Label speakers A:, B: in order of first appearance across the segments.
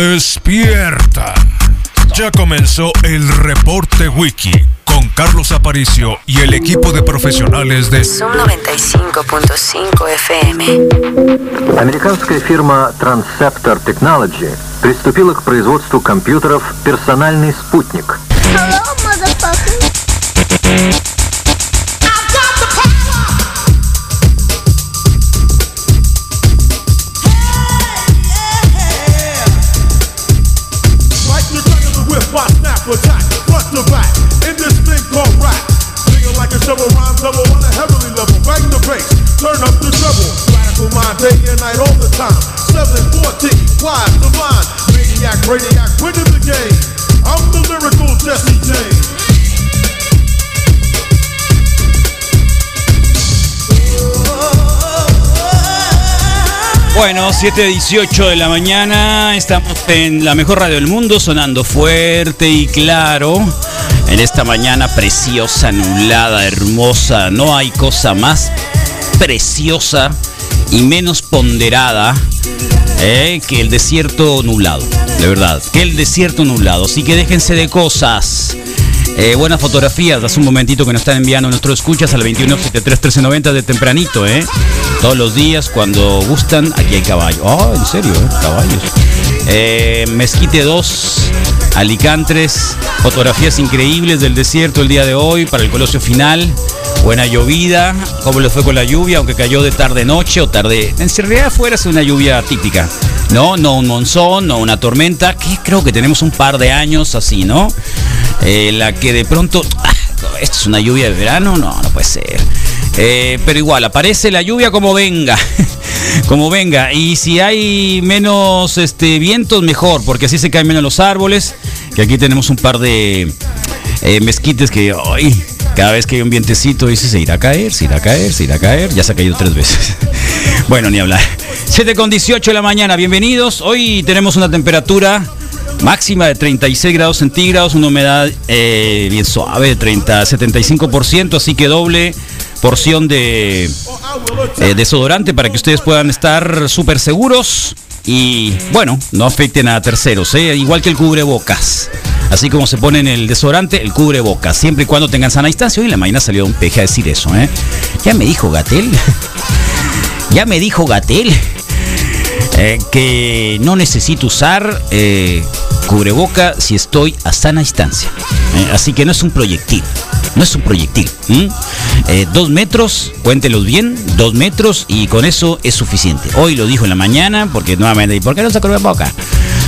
A: Despierta. Ya comenzó el reporte wiki con Carlos Aparicio y el equipo de profesionales de
B: Zoom 95.5 FM.
C: Американская фирма Transceptor Technology приступила к производству компьютеров «Персональный спутник».
D: Like the tongue of the whip, I snap attack, front to back, in this thing called rap. Singing like a shovel, rhyme double on a heavenly level. Bang the bass, turn up the treble. Radical mind, day and night all the time. 714, wise, divine. Maniac, radiac, winning the game. I'm the lyrical Jesse James.
E: Bueno, 7.18 de la mañana, estamos en la mejor radio del mundo, sonando fuerte y claro. En esta mañana preciosa, nublada, hermosa, no hay cosa más preciosa y menos ponderada eh, que el desierto nublado, de verdad, que el desierto nublado. Así que déjense de cosas. Eh, buenas fotografías, hace un momentito que nos están enviando nuestros escuchas al 2173-1390 de tempranito, ¿eh? Todos los días, cuando gustan, aquí hay caballo. Ah, en serio, ¿eh? caballos. Eh, Mezquite 2, Alicantres, fotografías increíbles del desierto el día de hoy para el colosio final. Buena llovida, como le fue con la lluvia, aunque cayó de tarde-noche o tarde. En realidad fuera es una lluvia típica, ¿no? No un monzón, no una tormenta, que creo que tenemos un par de años así, ¿no? Eh, la que de pronto. ¡ah! ¿Esto es una lluvia de verano? No, no puede ser. Eh, pero igual, aparece la lluvia como venga. como venga. Y si hay menos este, vientos, mejor, porque así se caen menos los árboles. Que aquí tenemos un par de eh, mezquites que ay, cada vez que hay un vientecito dice se irá a caer, se irá a caer, se irá a caer. Ya se ha caído tres veces. bueno, ni hablar. 7 con 18 de la mañana, bienvenidos. Hoy tenemos una temperatura máxima de 36 grados centígrados, una humedad eh, bien suave de 30, 75%, así que doble porción de eh, desodorante para que ustedes puedan estar súper seguros y bueno, no afecten a terceros, ¿eh? igual que el cubrebocas. Así como se pone en el desodorante, el cubrebocas, siempre y cuando tengan sana distancia. Hoy en la mañana salió un peje a decir eso, ¿eh? Ya me dijo Gatel, ya me dijo Gatel Eh, que no necesito usar eh, cubreboca si estoy a sana distancia. Eh, así que no es un proyectil, no es un proyectil. ¿m? Eh, dos metros, cuéntelos bien, dos metros y con eso es suficiente. Hoy lo dijo en la mañana porque nuevamente, ¿y por qué no usa cubreboca?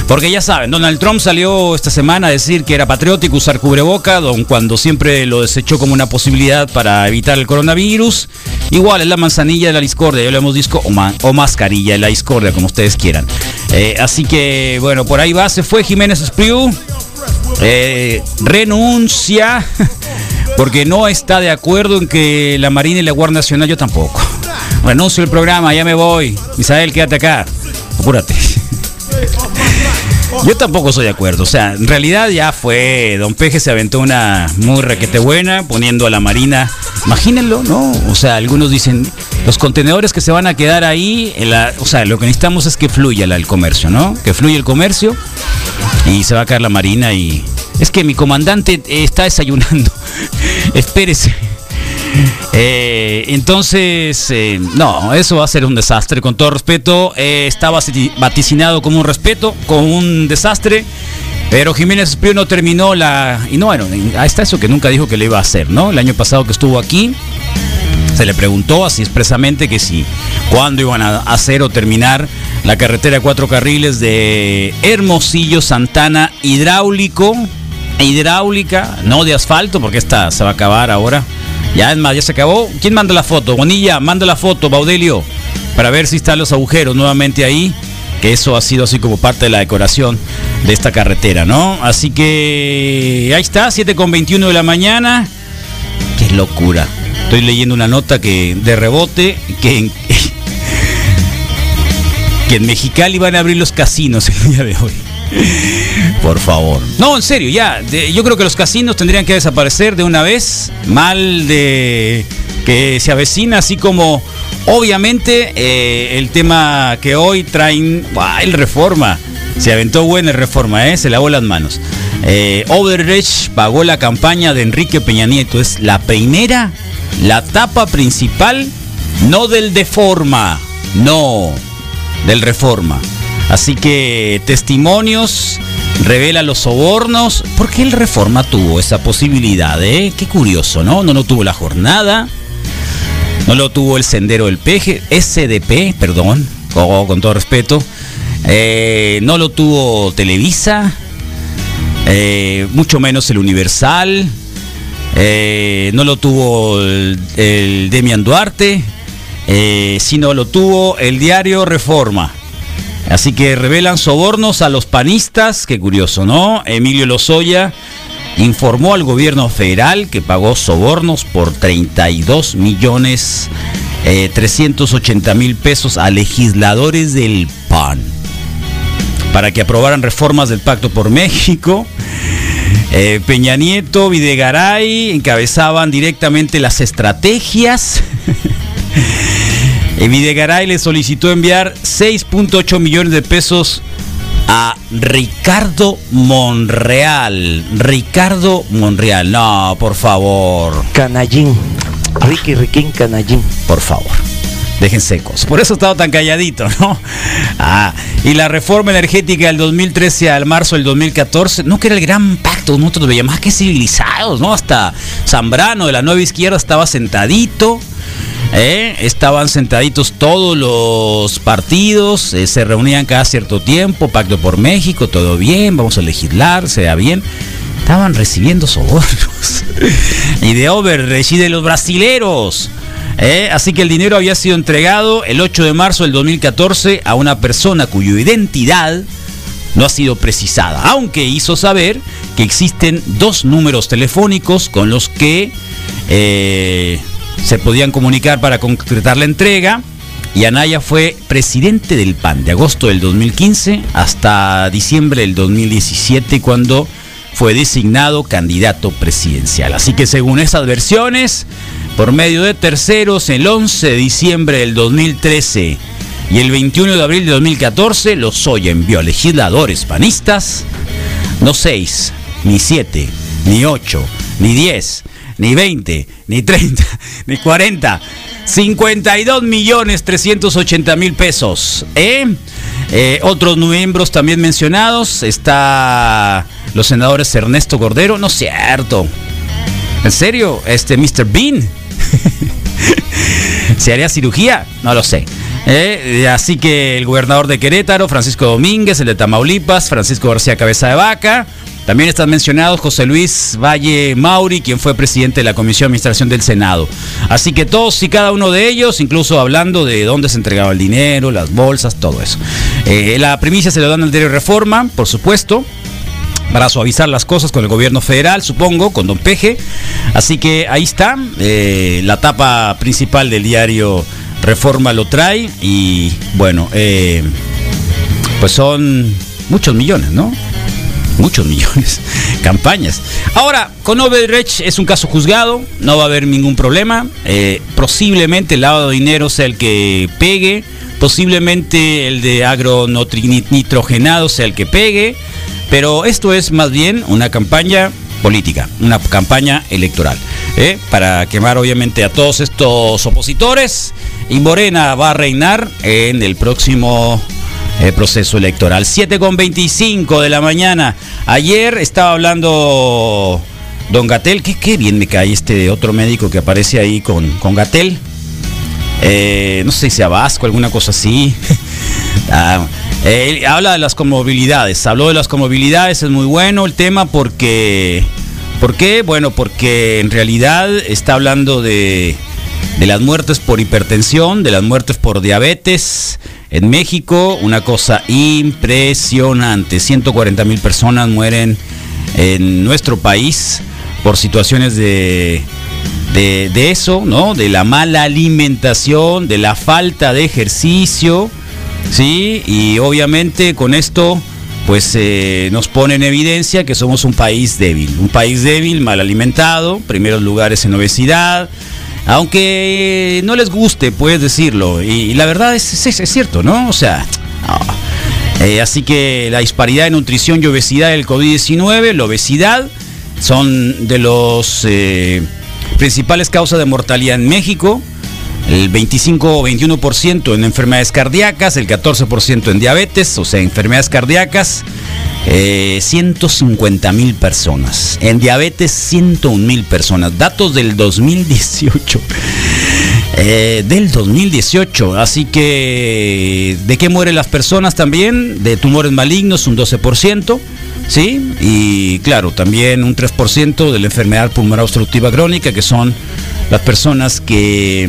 E: Porque ya saben, Donald Trump salió esta semana a decir que era patriótico usar cubreboca, don cuando siempre lo desechó como una posibilidad para evitar el coronavirus. Igual es la manzanilla de la discordia, ya lo hemos disco, o, ma- o mascarilla de la discordia, como ustedes quieran. Eh, así que, bueno, por ahí va, se fue Jiménez Espriu. Eh, renuncia porque no está de acuerdo en que la Marina y la Guardia Nacional, yo tampoco. Renuncio el programa, ya me voy. Isabel, quédate acá. Apúrate. Yo tampoco estoy de acuerdo. O sea, en realidad ya fue. Don Peje se aventó una muy requete buena poniendo a la Marina. Imagínenlo, ¿no? O sea, algunos dicen, los contenedores que se van a quedar ahí, en la- o sea, lo que necesitamos es que fluya la- el comercio, ¿no? Que fluya el comercio y se va a caer la Marina y... Es que mi comandante eh, está desayunando. Espérese. Eh, entonces, eh, no, eso va a ser un desastre, con todo respeto. Eh, estaba vati- vaticinado como un respeto, como un desastre. Pero Jiménez Espriu no terminó la... Y no, bueno, ahí está eso que nunca dijo que le iba a hacer, ¿no? El año pasado que estuvo aquí, se le preguntó así expresamente que si cuándo iban a hacer o terminar la carretera de cuatro carriles de Hermosillo Santana hidráulico, hidráulica, no de asfalto, porque esta se va a acabar ahora. Ya es más, ya se acabó. ¿Quién manda la foto? Bonilla, manda la foto, Baudelio, para ver si están los agujeros nuevamente ahí que eso ha sido así como parte de la decoración de esta carretera, ¿no? Así que ahí está, 7 con 21 de la mañana. Qué locura. Estoy leyendo una nota que de rebote que en, que en Mexicali van a abrir los casinos el día de hoy. Por favor. No, en serio, ya. de- yo creo que los casinos tendrían que desaparecer de una vez. Mal de que se avecina, así como Obviamente, eh, el tema que hoy traen. ¡Bah, el reforma! Se aventó buena el reforma, ¿eh? se lavó las manos. Eh, Overreach pagó la campaña de Enrique Peña Nieto. Es la primera, la tapa principal, no del deforma, no, del reforma. Así que testimonios, revela los sobornos. ¿Por qué el reforma tuvo esa posibilidad? Eh? Qué curioso, ¿no? No lo tuvo la jornada. No lo tuvo el Sendero del Peje, SDP, perdón, con, con todo respeto. Eh, no lo tuvo Televisa, eh, mucho menos el Universal. eh, no lo tuvo el, el Demian Duarte, eh, sino lo tuvo el diario Reforma. Así que revelan sobornos a los panistas, qué curioso, ¿no? Emilio Lozoya informó al gobierno federal que pagó sobornos por 32 millones eh, 380 mil pesos a legisladores del PAN para que aprobaran reformas del Pacto por México. Eh, Peña Nieto, Videgaray encabezaban directamente las estrategias. Eh, Videgaray le solicitó enviar 6.8 millones de pesos a Ricardo Monreal. Ricardo Monreal, no, por favor,
F: Canallín. Ricky Riquín Canallín.
E: por favor. Déjense secos. Por eso estaba tan calladito, ¿no? Ah, y la reforma energética del 2013 al marzo del 2014, no que era el gran pacto, nosotros lo veíamos, ah, qué civilizados, ¿no? Hasta Zambrano de la nueva izquierda estaba sentadito. ¿eh? Estaban sentaditos todos los partidos, eh, se reunían cada cierto tiempo, Pacto por México, todo bien, vamos a legislar, se da bien. Estaban recibiendo sobornos. y de Overreach y de los brasileros. ¿eh? Así que el dinero había sido entregado el 8 de marzo del 2014 a una persona cuya identidad no ha sido precisada, aunque hizo saber que existen dos números telefónicos con los que eh, se podían comunicar para concretar la entrega. Y Anaya fue presidente del PAN de agosto del 2015 hasta diciembre del 2017 cuando fue designado candidato presidencial. Así que según esas versiones, por medio de terceros, el 11 de diciembre del 2013 y el 21 de abril de 2014, Lozoya envió a legisladores panistas, no 6, ni 7, ni 8, ni 10, ni 20, ni 30, ni 40, 52 millones 380 mil pesos. ¿eh? Eh, otros miembros también mencionados, está los senadores Ernesto Cordero, no es cierto, ¿En serio? Este Mr. Bean. ¿Se haría cirugía? No lo sé. Eh, así que el gobernador de Querétaro, Francisco Domínguez, el de Tamaulipas, Francisco García Cabeza de Vaca. También están mencionados José Luis Valle Mauri, quien fue presidente de la Comisión de Administración del Senado. Así que todos y cada uno de ellos, incluso hablando de dónde se entregaba el dinero, las bolsas, todo eso. Eh, la primicia se lo dan al diario Reforma, por supuesto para suavizar las cosas con el gobierno federal, supongo, con Don Peje. Así que ahí está, eh, la tapa principal del diario Reforma lo trae y bueno, eh, pues son muchos millones, ¿no? Muchos millones, campañas. Ahora, con Overreach es un caso juzgado, no va a haber ningún problema. eh, posiblemente el lavado de dinero sea el que pegue, posiblemente el de agronitrogenado sea el que pegue, pero esto es más bien una campaña política, una campaña electoral, ¿eh? para quemar obviamente a todos estos opositores y Morena va a reinar en el próximo el proceso electoral. 7 con 25 de la mañana. Ayer estaba hablando don Gatel, que qué bien me cae este otro médico que aparece ahí con, con Gatel. Eh, no sé si Abasco, alguna cosa así. Ah, él habla de las comorbilidades. Habló de las comorbilidades, es muy bueno el tema porque. ¿Por qué? Bueno, porque en realidad está hablando de, de las muertes por hipertensión, de las muertes por diabetes en México. Una cosa impresionante. 140 mil personas mueren en nuestro país por situaciones de, de, de eso, ¿no? De la mala alimentación, de la falta de ejercicio, ¿sí? Y obviamente con esto pues eh, nos pone en evidencia que somos un país débil, un país débil, mal alimentado, primeros lugares en obesidad, Aunque no les guste, puedes decirlo. Y, y la verdad es, es, es cierto, ¿no? O sea, ah. Eh, así que la disparidad de nutrición y obesidad del COVID-19, la obesidad, son de los eh, principales causas de mortalidad en México. El 25 o 21% en enfermedades cardíacas, el 14% en diabetes, o sea, enfermedades cardíacas, 150 mil personas. En diabetes, 101 mil personas. Datos del 2018. Eh, del 2018. Así que, ¿de qué mueren las personas también? De tumores malignos, un 12%. ¿Sí? Y claro, también un 3% de la enfermedad pulmonar obstructiva crónica, que son las personas que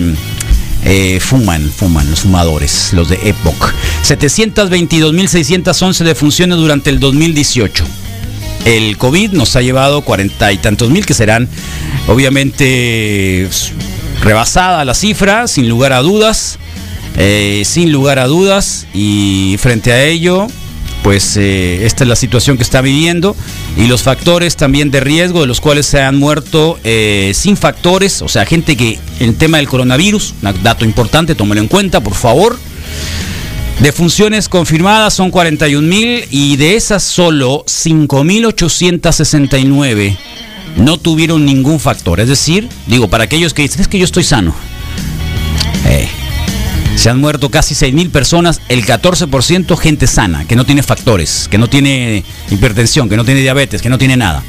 E: eh, fuman, fuman, los fumadores, los de Epoch. 722.611 defunciones durante el 2018. El COVID nos ha llevado cuarenta y tantos mil, que serán obviamente rebasada la cifra, sin lugar a dudas, eh, sin lugar a dudas, y frente a ello, pues eh, esta es la situación que está viviendo y los factores también de riesgo de los cuales se han muerto eh, sin factores, o sea, gente que el tema del coronavirus, un dato importante, tómelo en cuenta, por favor. De funciones confirmadas son 41.000 y de esas solo 5.869 no tuvieron ningún factor. Es decir, digo, para aquellos que dicen, es que yo estoy sano. Eh, se han muerto casi 6.000 personas, el 14% gente sana, que no tiene factores, que no tiene hipertensión, que no tiene diabetes, que no tiene nada.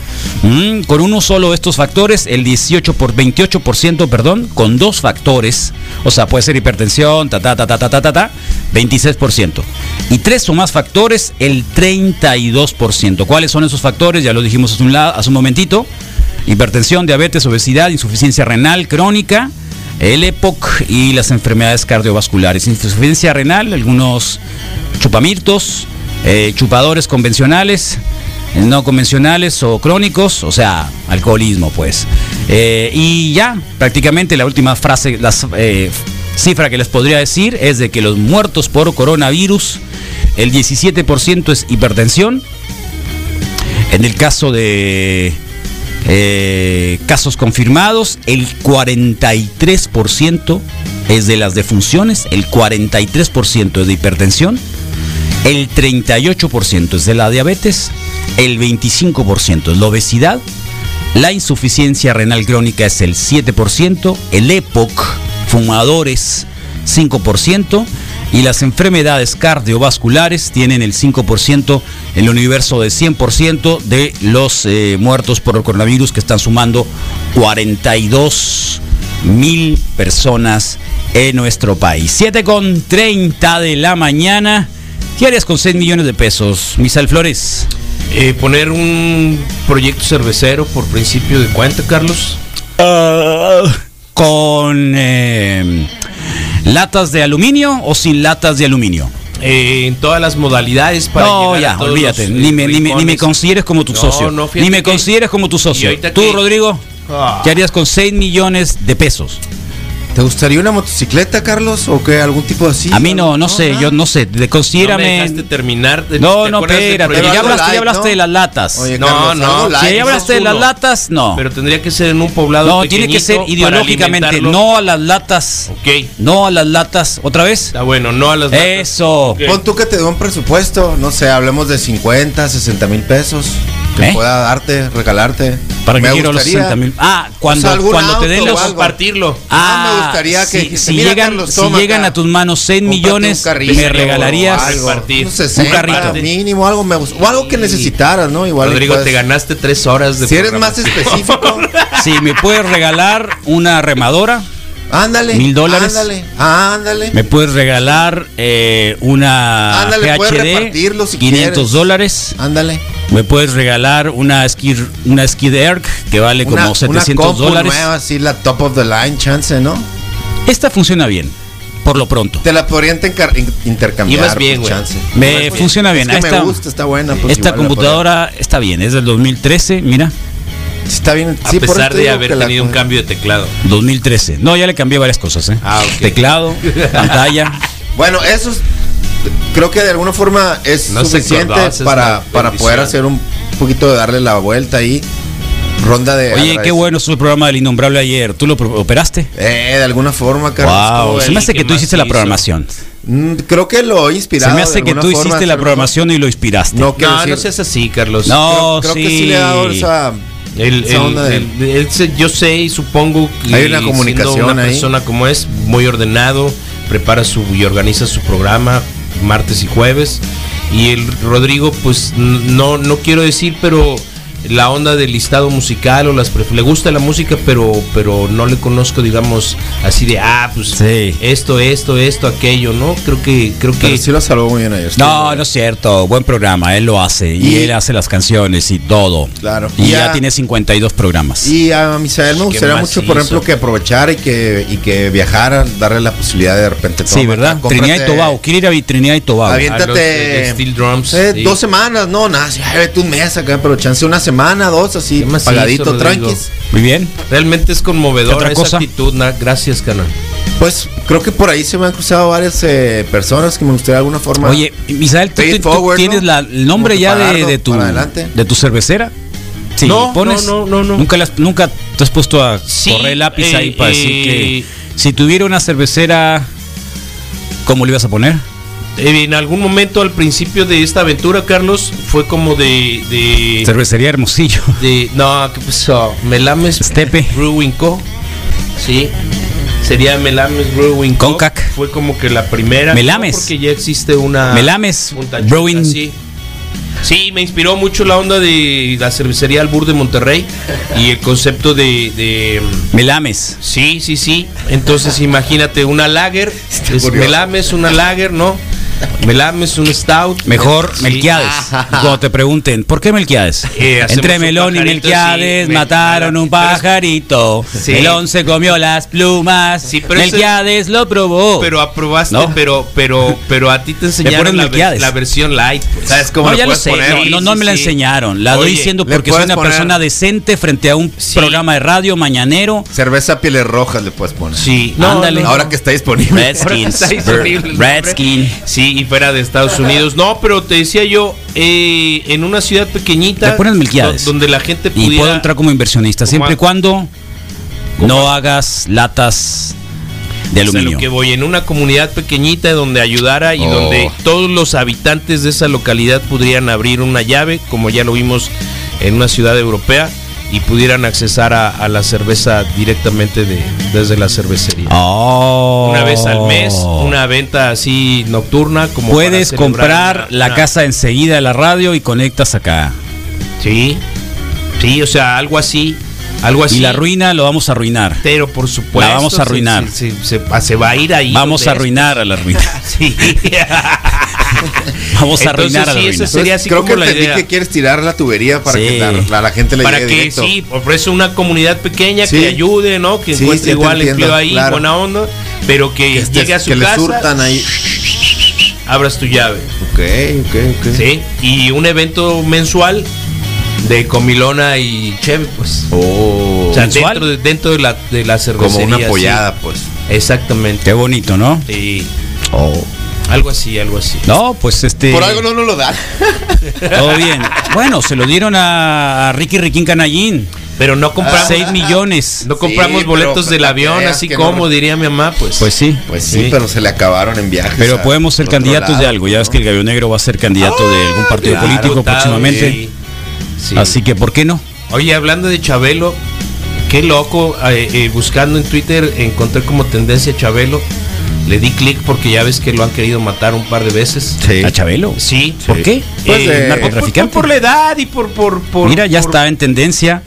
E: Mm, con uno solo de estos factores, el 18 por 28%, perdón, con dos factores, o sea, puede ser hipertensión, ta ta ta ta ta ta ta, ta 26%. Y tres o más factores, el 32%. ¿Cuáles son esos factores? Ya lo dijimos hace un, lado, hace un momentito. Hipertensión, diabetes, obesidad, insuficiencia renal crónica, el EPOC y las enfermedades cardiovasculares. Insuficiencia renal, algunos chupamirtos, eh, chupadores convencionales, eh, no convencionales o crónicos, o sea, alcoholismo pues. Eh, y ya, prácticamente la última frase, la eh, cifra que les podría decir es de que los muertos por coronavirus, el 17% es hipertensión. En el caso de eh, casos confirmados, el 43% es de las defunciones, el 43% es de hipertensión, el 38% es de la diabetes, el 25% es la obesidad, la insuficiencia renal crónica es el 7%, el E EPOC, fumadores, 5%, y las enfermedades cardiovasculares tienen el 5% en el universo de 100% de los eh, muertos por el coronavirus que están sumando 42 mil personas en nuestro país. 7 con 30 de la mañana. ¿Qué harías con 6 millones de pesos, Misal Flores?
G: Eh, poner un proyecto cervecero por principio de cuenta, Carlos.
E: Uh, con... Eh, ¿Latas de aluminio o sin latas de aluminio?
G: Eh, en todas las modalidades para
E: no,
G: llegar a
E: ya,
G: todos
E: olvídate.
G: los, eh,
E: Ni me, ni, me, ni me
G: rincones.
E: consideres como tu
G: No,
E: socio.
G: no, fíjate
E: ni me
G: que-
E: consideres como tu socio.
G: y ahorita
E: ¿Tú,
G: que-
E: Rodrigo?
G: Ah.
E: ¿Qué harías con 6 millones de pesos?
H: ¿Te gustaría una motocicleta, Carlos? ¿O qué? ¿Algún tipo así?
E: A mí no, no sé,
H: nada.
E: yo no sé. de-
G: No me
E: Considérame.
G: dejaste terminar. ¿Te-
E: No,
G: te
E: no,
G: acuerdas del
E: espérate.
G: proyecto?
E: Ya
H: Algo
E: hablaste, ya
H: light,
E: hablaste
H: ¿no?
E: de las latas.
H: Oye,
G: No,
H: Carlos,
G: no,
H: algo
G: si
H: light,
E: si ya
H: ¿no?
E: hablaste de las
G: uno.
E: latas, no.
G: Pero tendría que ser en un poblado
E: No, tiene que ser
G: pequeñito para
E: ideológicamente.
G: alimentarlo.
E: No a las latas.
G: Ok.
E: No a las latas. ¿Otra vez?
G: Está bueno, no a las latas.
E: Eso.
G: Ok.
H: Pon tú que te dé un presupuesto, no sé, hablemos de 50, 60 mil pesos. Que
E: ¿Eh?
H: pueda darte, regalarte.
E: ¿Para qué
H: Me
E: quiero los
H: gustaría.
E: 60 mil? Ah, cuando,
H: O sea, algún
E: cuando te
H: auto
E: den
H: o
E: los.
H: algo.
G: Compartirlo.
E: Ah,
H: me gustaría que
E: si-
H: dijiste,
E: si,
H: "Mira,
E: llegan,
H: Carlos,
E: si
H: toma
E: llegan
H: acá,
E: a tus manos 6
H: Cómprate
E: millones,
H: un carrito
E: me
H: o
E: regalarías.
H: algo,
G: Repartir.
H: unos 60,
E: Un carrito.
H: mínimo, algo me gust- O algo que necesitaras, ¿no? Igual. y
G: Rodrigo,
H: puedes-
G: te ganaste tres horas de
H: Si eres más específico,
E: Si me puedes regalar una remadora,
H: ándale.
E: Mil dólares.
H: Ándale. ah, Ándale.
E: me puedes regalar eh, una
H: Ándale, puedes
E: PHD,
H: repartirlo si
E: 500
H: quieres.
E: dólares.
H: Ándale.
E: Me puedes regalar una Skid, una Skid Air que vale como 700
H: compu
E: dólares.
H: nueva, así la top of the line, chance, ¿no?
E: Esta funciona bien, por lo pronto.
H: Te la podrían encar- in- intercambiar.
G: Llevas bien,
H: pues,
G: güey.
H: chance.
E: Me
H: Llevas
E: funciona
H: Es
E: bien.
H: que
E: Esta-
H: me gusta, está buena. pues,
E: Esta
H: igual la
E: computadora está bien, es del 2013, mira.
H: podría- Está bien.
G: A
H: sí, por eso
G: pesar
H: te
G: de
H: digo
G: haber
H: que la
G: tenido un
H: con-
G: cambio de teclado.
E: 2013. No, ya le cambié varias cosas, ¿eh?
G: Ah, ok.
E: Teclado, pantalla.
H: Bueno, eso es- creo que de alguna forma es
G: No se
H: suficiente
G: acordaba, esa es
H: para,
G: una
H: para
G: bendición.
H: poder hacer un poquito de darle la vuelta ahí. Ronda de.
E: Oye, qué
H: agradec-
E: bueno su programa del Innombrable ayer. ¿Tú lo pro- operaste?
H: Eh, de alguna forma, Carlos.
E: Wow,
G: Escobar,
E: se me hace
G: ¿qué
E: que tú
G: más
E: hiciste la
G: hizo?
E: programación.
H: Mm, Creo que lo he inspirado.
E: Se me
H: de
E: hace que
H: alguna
E: tú
H: forma,
E: hiciste la
H: creo-
E: programación y lo inspiraste.
H: No, quiero
G: No,
H: decir-
G: no seas así, Carlos.
E: No,
H: creo, creo
E: sí.
H: que sí le he dado esa.
G: El-
H: esa
G: el-
H: onda de-
G: el- ese- yo sé y supongo que
H: Hay una
G: siendo
H: comunicación
G: una
H: ahí.
G: persona como es, muy ordenado, prepara su y organiza su programa martes y jueves. Y el Rodrigo, pues n- no, no quiero decir, pero la onda del listado musical o las pref- le gusta la música, pero, pero no le conozco, digamos, así de ah, pues
E: Sí.
G: esto, esto, esto, aquello, ¿no? Creo que, creo que
H: Pero sí lo salvó muy bien este, ayer.
E: No, no es cierto. Buen programa, él lo hace. Y,
H: Y-
E: él hace las canciones y todo.
H: Claro.
E: Y ya,
H: Ya-
E: tiene 52 programas.
H: Y a Misael me gustaría
G: macizo.
H: mucho, por ejemplo, que aprovechara y que, y que viajara, darle la posibilidad de, de repente.
E: sí,
H: toma,
E: ¿verdad?
H: cómprate-
E: Trinidad y Tobago. Quiere ir a vi- Trinidad y Tobago.
G: A los Ah, de- de
H: Aviéntate.
G: Steel Drums,
H: eh,
G: sí.
H: Dos semanas, no, nada. sí, ay, Vete un mes acá, pero chance una semana, dos, así,
G: Qué macizo,
H: pagadito,
G: Rodrigo.
H: tranquis.
E: Muy bien.
G: realmente es
E: ¿Qué
G: conmovedora
E: otra
G: esa
E: cosa?
G: actitud. na- Gracias, canal.
H: Pues creo que por ahí se me han cruzado varias eh, personas que me gustaría de alguna forma.
E: Oye, Misael, ¿tú,
H: Pay it
E: tú- tú
H: forward,
E: tienes
H: ¿no?
E: la- el nombre
H: Como que
E: ya
H: para
E: de,
H: darlo
E: de tu,
H: para adelante.
E: de tu cervecera? Sí,
G: No,
E: pones,
G: no, no, no, no.
E: Nunca, las- nunca te has puesto a
G: Sí,
E: correr el lápiz
G: eh,
E: ahí para decir
G: eh.
E: que si tuviera una cervecera, ¿cómo le ibas a poner?
G: Eh, En algún momento al principio de esta aventura, Carlos, fue como de. de,
E: Cervecería Hermosillo.
G: de- no, ¿qué pasó? Melames
E: Estepe.
G: Brewing Co. Sí. Sería Melames Brewing Co.
E: Concac.
G: Fue como que la primera.
E: Melames.
G: No, Porque ya existe una.
E: Melames
G: un tachón
E: Brewing.
G: así. Sí, me inspiró mucho la onda de la cervecería Albur de Monterrey y el concepto de- de
E: Melames.
G: Sí, sí, sí. Entonces imagínate una lager, es-
H: Este curioso.
G: me lames una lager, ¿no? Me lames un stout.
E: Mejor
G: Sí.
E: Melquiades.
G: Ah,
E: Y Cuando te pregunten, ¿por qué Melquiades?
G: Eh, hacemos
E: Entre
G: un
E: Melón y
G: pajarito,
E: Melquiades
G: sí, me-
E: mataron un
G: pero es-
E: pajarito.
G: Sí.
E: Melón se comió las plumas.
G: Sí, pero ese-
E: Melquiades lo probó.
G: Ah, Pero aprobaste,
E: No.
G: pero, pero, pero a ti te
E: ponen
G: enseñaron la, ver-
E: Melquiades.
G: la versión light. pues.
H: ¿Sabes cómo
E: no,
H: le
E: ya lo
H: puedes
E: sé,
H: poner?
E: no,
G: Sí,
E: no, no
G: sí,
E: me la
G: sí.
E: enseñaron. La doy
G: Oye,
E: diciendo
H: le
E: porque soy
H: puedes
E: una
H: poner-
E: persona decente frente a un
G: Sí.
E: programa de radio mañanero.
H: Cerveza pieles rojas le puedes poner.
G: Sí,
E: Ándale.
H: Ahora que está disponible.
E: Redskins.
G: Ahora está horrible el nombre.
E: Redskin.
G: Sí, y fuera de Estados Unidos. No, pero te decía yo, eh, en una ciudad pequeñita.
E: Le pones Melquiades.
G: do- Donde la gente
E: Y
G: pudiera.
E: puedo entrar como inversionista, siempre y
G: Como-
E: cuando no hagas latas de
G: Es a
E: aluminio.
G: lo que voy en una comunidad pequeñita donde ayudara y
H: Oh.
G: donde todos los habitantes de esa localidad pudieran abrir una llave, como ya lo vimos en una ciudad europea, y pudieran accesar a, a la cerveza directamente de, desde la cervecería.
E: Oh.
G: Una vez al mes, una venta así nocturna, como
E: Puedes
G: para celebrar
E: comprar
G: una-
E: la
G: una-
E: casa enseguida de la radio y conectas acá.
G: Sí, sí, o sea, algo así, algo así.
E: Y la ruina lo vamos a arruinar.
G: Pero por supuesto.
E: La vamos a
G: se-
E: arruinar.
G: Se, se- se- se va a ir ahí.
E: Vamos a
G: donde es.
E: arruinar a la ruina.
G: Sí.
E: Vamos a
G: Entonces,
E: arruinar a la
G: sí, eso
E: ruina.
G: es- sería así
H: creo
G: como
H: que
G: la
H: entendí
G: idea.
H: que quieres tirar la tubería para
E: Sí.
H: que la, a la gente le
G: para
H: llegue
G: que
H: directo.
G: sí, ofrece una comunidad pequeña
H: Sí.
G: que ayude, ¿no? Que
H: Sí, sí,
G: encuentre
H: te
G: igual
H: entiendo,
G: empleo ahí,
H: claro.
G: buena onda, pero que,
H: que estés-
G: llegue a su
H: que le
G: casa,
H: surtan ahí.
G: abras tu llave,
H: Ok, ok, ok.
G: ¿sí? Y un evento mensual de comilona y cheve, pues.
H: Oh.
G: O sea,
E: ¿Mensual?
G: dentro de, dentro de la, de la cervecería.
H: como una
G: sí.
H: pollada, pues.
G: Exactamente.
E: Qué bonito, ¿no?
G: Sí.
H: Oh.
G: Algo así, algo así.
E: No, pues este.
H: Por algo no nos lo dan.
E: Todo bien. Bueno, se lo dieron a a Ricky Riquín Canallín.
G: Pero no compramos,
E: 6 millones.
G: no compramos
H: Ah. Sí,
G: boletos
H: pero
G: del
H: para
G: avión,
H: que veas
G: así
H: que
G: como
H: no-
G: diría mi mamá, pues.
E: Pues sí.
H: Pues sí, pero se le acabaron en viajes.
E: Pero
H: a-
E: podemos ser
H: al otro
E: candidatos de
H: lado,
E: algo. Ya ves
H: ¿no?
E: que el Gallo Negro va a ser candidato de algún partido
G: Claro,
E: político
G: tal,
E: próximamente.
G: sí. Sí.
E: Así que, ¿por qué no?
G: Oye, hablando de Chabelo, qué loco, eh, eh, buscando en Twitter encontré como tendencia a Chabelo. Le di clic porque ya ves que lo han querido matar un par de veces.
H: Sí.
E: A Chabelo.
G: Sí.
E: ¿Por qué?
H: Pues,
G: Eh,
H: eh,
G: por- por, por,
E: narcotraficante.
G: la edad y por... por, por-
E: Mira, ya
G: por-
E: está en tendencia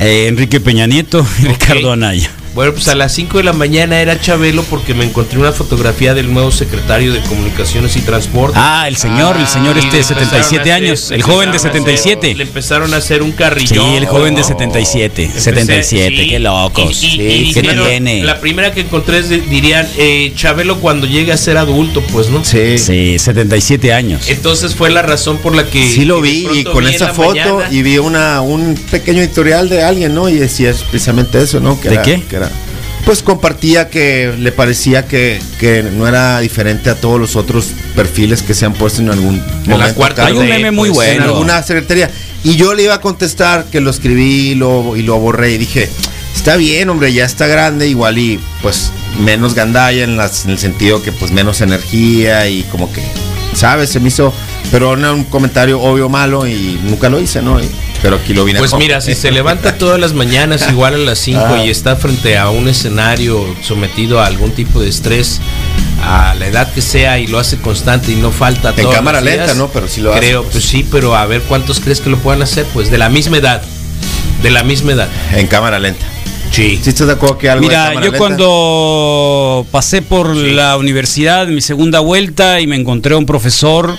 E: eh, Enrique Peña Nieto y Ricardo Anaya.
G: Bueno, pues a las 5 de la mañana era Chabelo porque me encontré una fotografía del nuevo secretario de Comunicaciones y Transporte.
E: Ah, el señor, el señor
G: Y
E: este de
G: le empezaron
E: 77
G: a hacer-
E: años,
G: le
E: el joven de
G: empezaron a hacer- Le
E: 77.
G: empezaron a hacer un
E: Sí,
G: carrillón.
E: el joven de 77.
G: Empecé-
E: 77,
G: sí.
E: qué locos.
G: Y- y- y
E: ¿Qué
G: dijeron-
E: tiene?
G: La primera que encontré es de- dirían, eh, Chabelo cuando llegue a ser adulto, pues, ¿no?
H: Sí. sí.
E: Sí, 77 años.
G: Entonces fue la razón por la que...
H: lo
G: que de
H: vi y
G: pronto
H: con
G: vi en
H: esa
G: la
H: foto
G: mañana-
H: y vi una un pequeño editorial de alguien, ¿no? Y decía precisamente eso, ¿no? Que
E: ¿De
H: era-
E: qué?
H: Que era pues compartía que le parecía que, que no era diferente a todos los otros perfiles que se han puesto en algún
G: la
H: momento.
G: cuarta Pues,
H: acá
E: Hay un
G: de,
E: meme muy
H: en
E: bueno.
H: alguna secretaría. Y yo le iba a contestar que lo escribí y lo, y lo borré y dije, está bien, hombre, ya está grande, igual y pues menos gandalla en, las- en el sentido que pues menos energía y como que, ¿sabes? Se me hizo, pero era un comentario obvio malo y nunca lo hice, ¿no? Y- pero aquí lo vine a
G: Pues
H: co-
G: mira, si se levanta todas las mañanas igual a las 5
H: Ah.
G: y está frente a un escenario sometido a algún tipo de estrés, a la edad que sea y lo hace constante y no falta
H: En cámara lenta, ¿no? Pero sí lo hace,
G: Creo,
H: pues.
G: pues sí, pero a ver cuántos crees que lo puedan hacer, pues de la misma edad. De la misma edad.
H: En cámara lenta.
G: Sí.
H: ¿Sí estás de acuerdo que algo de
E: Mira, yo
H: cámara lenta?
E: cuando pasé por la universidad, mi segunda vuelta, y me encontré a un profesor,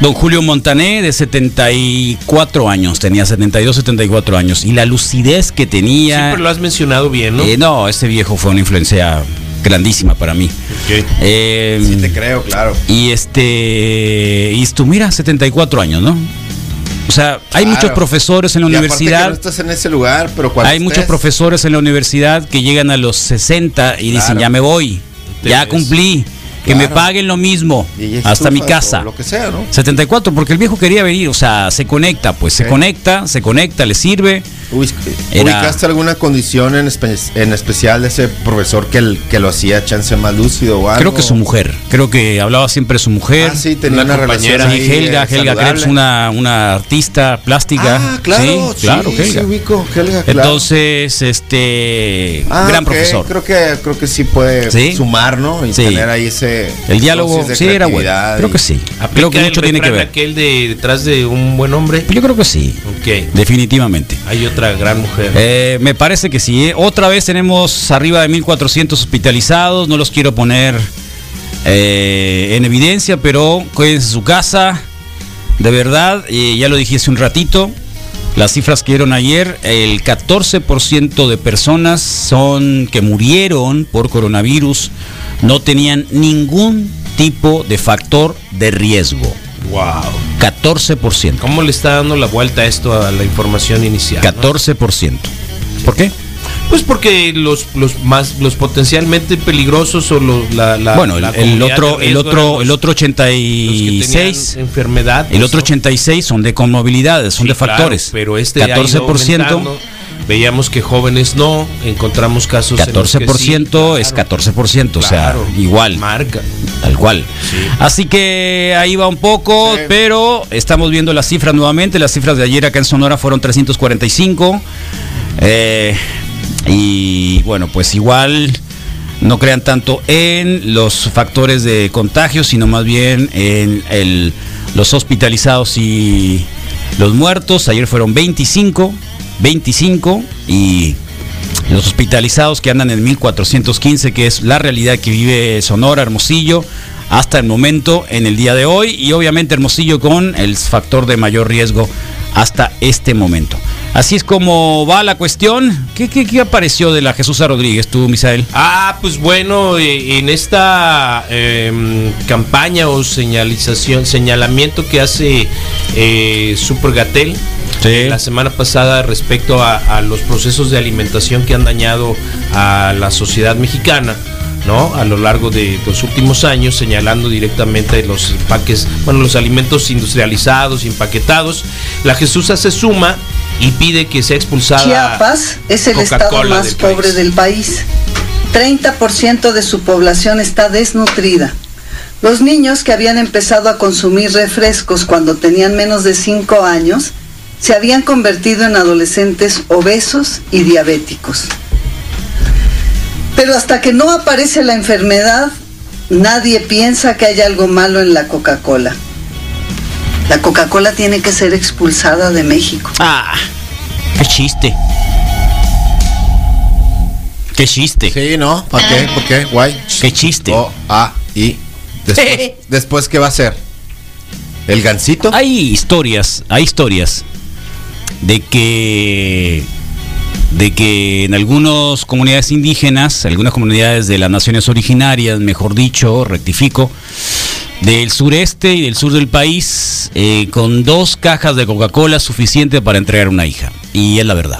E: don Julio Montané, de 74 años, tenía 72, 74 años, y la lucidez que tenía...
G: Siempre lo has mencionado bien, ¿no?
E: Eh, no, este viejo fue una influencia grandísima para mí.
G: Ok.
E: Eh,
H: Sí te creo, claro.
E: y este, y tú mira, 74 años, ¿no? O sea, hay
H: Claro.
E: muchos profesores en la
H: Y aparte que
E: universidad.
H: no estás en ese lugar, pero cuando
E: Hay muchos
H: estés-
E: profesores en la universidad que llegan a los 60 y dicen,
H: Claro.
E: ya me voy,
G: Te
E: ya
G: ves.
E: cumplí, que me
H: Claro.
E: paguen lo mismo,
H: Y estufas
E: hasta mi
H: o
E: casa.
H: Lo que sea, ¿no?
E: 74, porque el viejo quería venir, o sea, se conecta, pues se
H: Ok.
E: conecta, se conecta, le sirve.
H: Uy,
E: Era-
H: ¿Ubicaste alguna condición en, espe- en especial de ese profesor que, el- que lo hacía chance más lúcido o algo?
E: Creo que su mujer, creo que hablaba siempre de su mujer.
H: Ah, sí, tenía
G: Una
H: una, relación
G: compañera.
E: Sí,
H: ahí,
E: Helga,
H: eh,
E: Helga
H: saludable.
E: Krebs, una, una artista plástica.
H: Ah, claro,
E: Sí,
H: sí,
E: claro,
H: sí,
E: Helga.
H: ubico, Helga, claro.
E: Entonces, este,
H: Ah,
E: gran
H: ok,
E: profesor.
H: Creo que, creo que sí puede
E: Sí.
H: sumar, ¿no? Y
E: Sí.
H: tener ahí ese...
E: El diálogo,
H: dosis de
E: sí, era bueno.
H: creatividad
E: Creo
H: y-
E: que sí.
G: Aplica
E: Creo que
G: el
E: mucho tiene que
G: refrán
E: ver.
G: aquel de detrás de un buen hombre.
E: Yo creo que sí,
G: Ok.
E: definitivamente.
G: Hay otra gran mujer.
E: Eh, me parece que sí. ¿eh? Otra vez tenemos arriba de 1.400 hospitalizados. No los quiero poner eh, en evidencia, pero cuídense en su casa. De verdad, eh, ya lo dije hace un ratito. Las cifras que dieron ayer, el 14% de personas son que murieron por coronavirus no tenían ningún tipo de factor de riesgo.
G: Wow.
E: 14%.
G: ¿Cómo le está dando la vuelta esto a la información inicial? no?
E: 14%. ¿Por qué?
G: Pues porque los, los más los potencialmente peligrosos o los, la, la-
E: bueno, el,
G: la
E: el
G: comunidad
E: otro,
G: de
E: el
G: riesgo
E: otro,
G: eran
E: el
G: los-
E: otro
G: los que tenían
E: 86,
G: enfermedad,
E: el
G: pues,
E: otro
G: ¿no?
E: 86 son de comorbilidades, son
G: Sí,
E: de
G: claro,
E: factores.
G: pero este ha ido
E: 14%,
G: aumentando. veíamos que jóvenes no encontramos casos. en los que sí,
E: 14% es
G: claro,
E: 14%, o sea,
G: claro,
E: igual,
G: marca.
E: tal cual. Así que ahí va un poco,
H: Sí.
E: pero estamos viendo las cifras nuevamente. Las cifras de ayer acá en Sonora fueron 345. Eh, y bueno, pues igual no crean tanto en los factores de contagio, sino más bien en el- los hospitalizados y los muertos. Ayer fueron 25, 25 y los hospitalizados que andan en 1415, que es la realidad que vive Sonora, Hermosillo, hasta el momento en el día de hoy y obviamente Hermosillo con el factor de mayor riesgo hasta este momento. Así es como va la cuestión. ¿Qué, qué- qué apareció de la Jesús Rodríguez tú, Misael?
G: Ah, pues bueno, eh, en esta eh, campaña o señalización, señalamiento que hace eh, Supergatel
E: Sí.
G: la semana pasada respecto a, a los procesos de alimentación que han dañado a la sociedad mexicana. ¿no? a lo largo de los últimos años señalando directamente los empaques, bueno, los alimentos industrializados y empaquetados, la Jesús se suma y pide que sea expulsada
I: Chiapas es el estado
G: Coca-Cola
I: más
G: del
I: pobre
G: país.
I: del país. 30% de su población está desnutrida. Los niños que habían empezado a consumir refrescos cuando tenían menos de 5 años se habían convertido en adolescentes obesos y diabéticos. Pero hasta que no aparece la enfermedad, nadie piensa que hay algo malo en la Coca-Cola. La Coca-Cola tiene que ser expulsada de México.
E: Ah, qué chiste. Qué chiste.
H: Sí, Oh, ¿no? ¿Para qué? ¿Por qué? Guay.
E: Qué chiste.
H: O, A, I. Después, después, ¿qué va a hacer? ¿El gancito?
E: Hay historias, hay historias de que de que en algunas comunidades indígenas, algunas comunidades de las naciones originarias, mejor dicho, rectifico, del sureste y del sur del país, eh, con dos cajas de Coca-Cola suficiente para entregar una hija. Y es la verdad.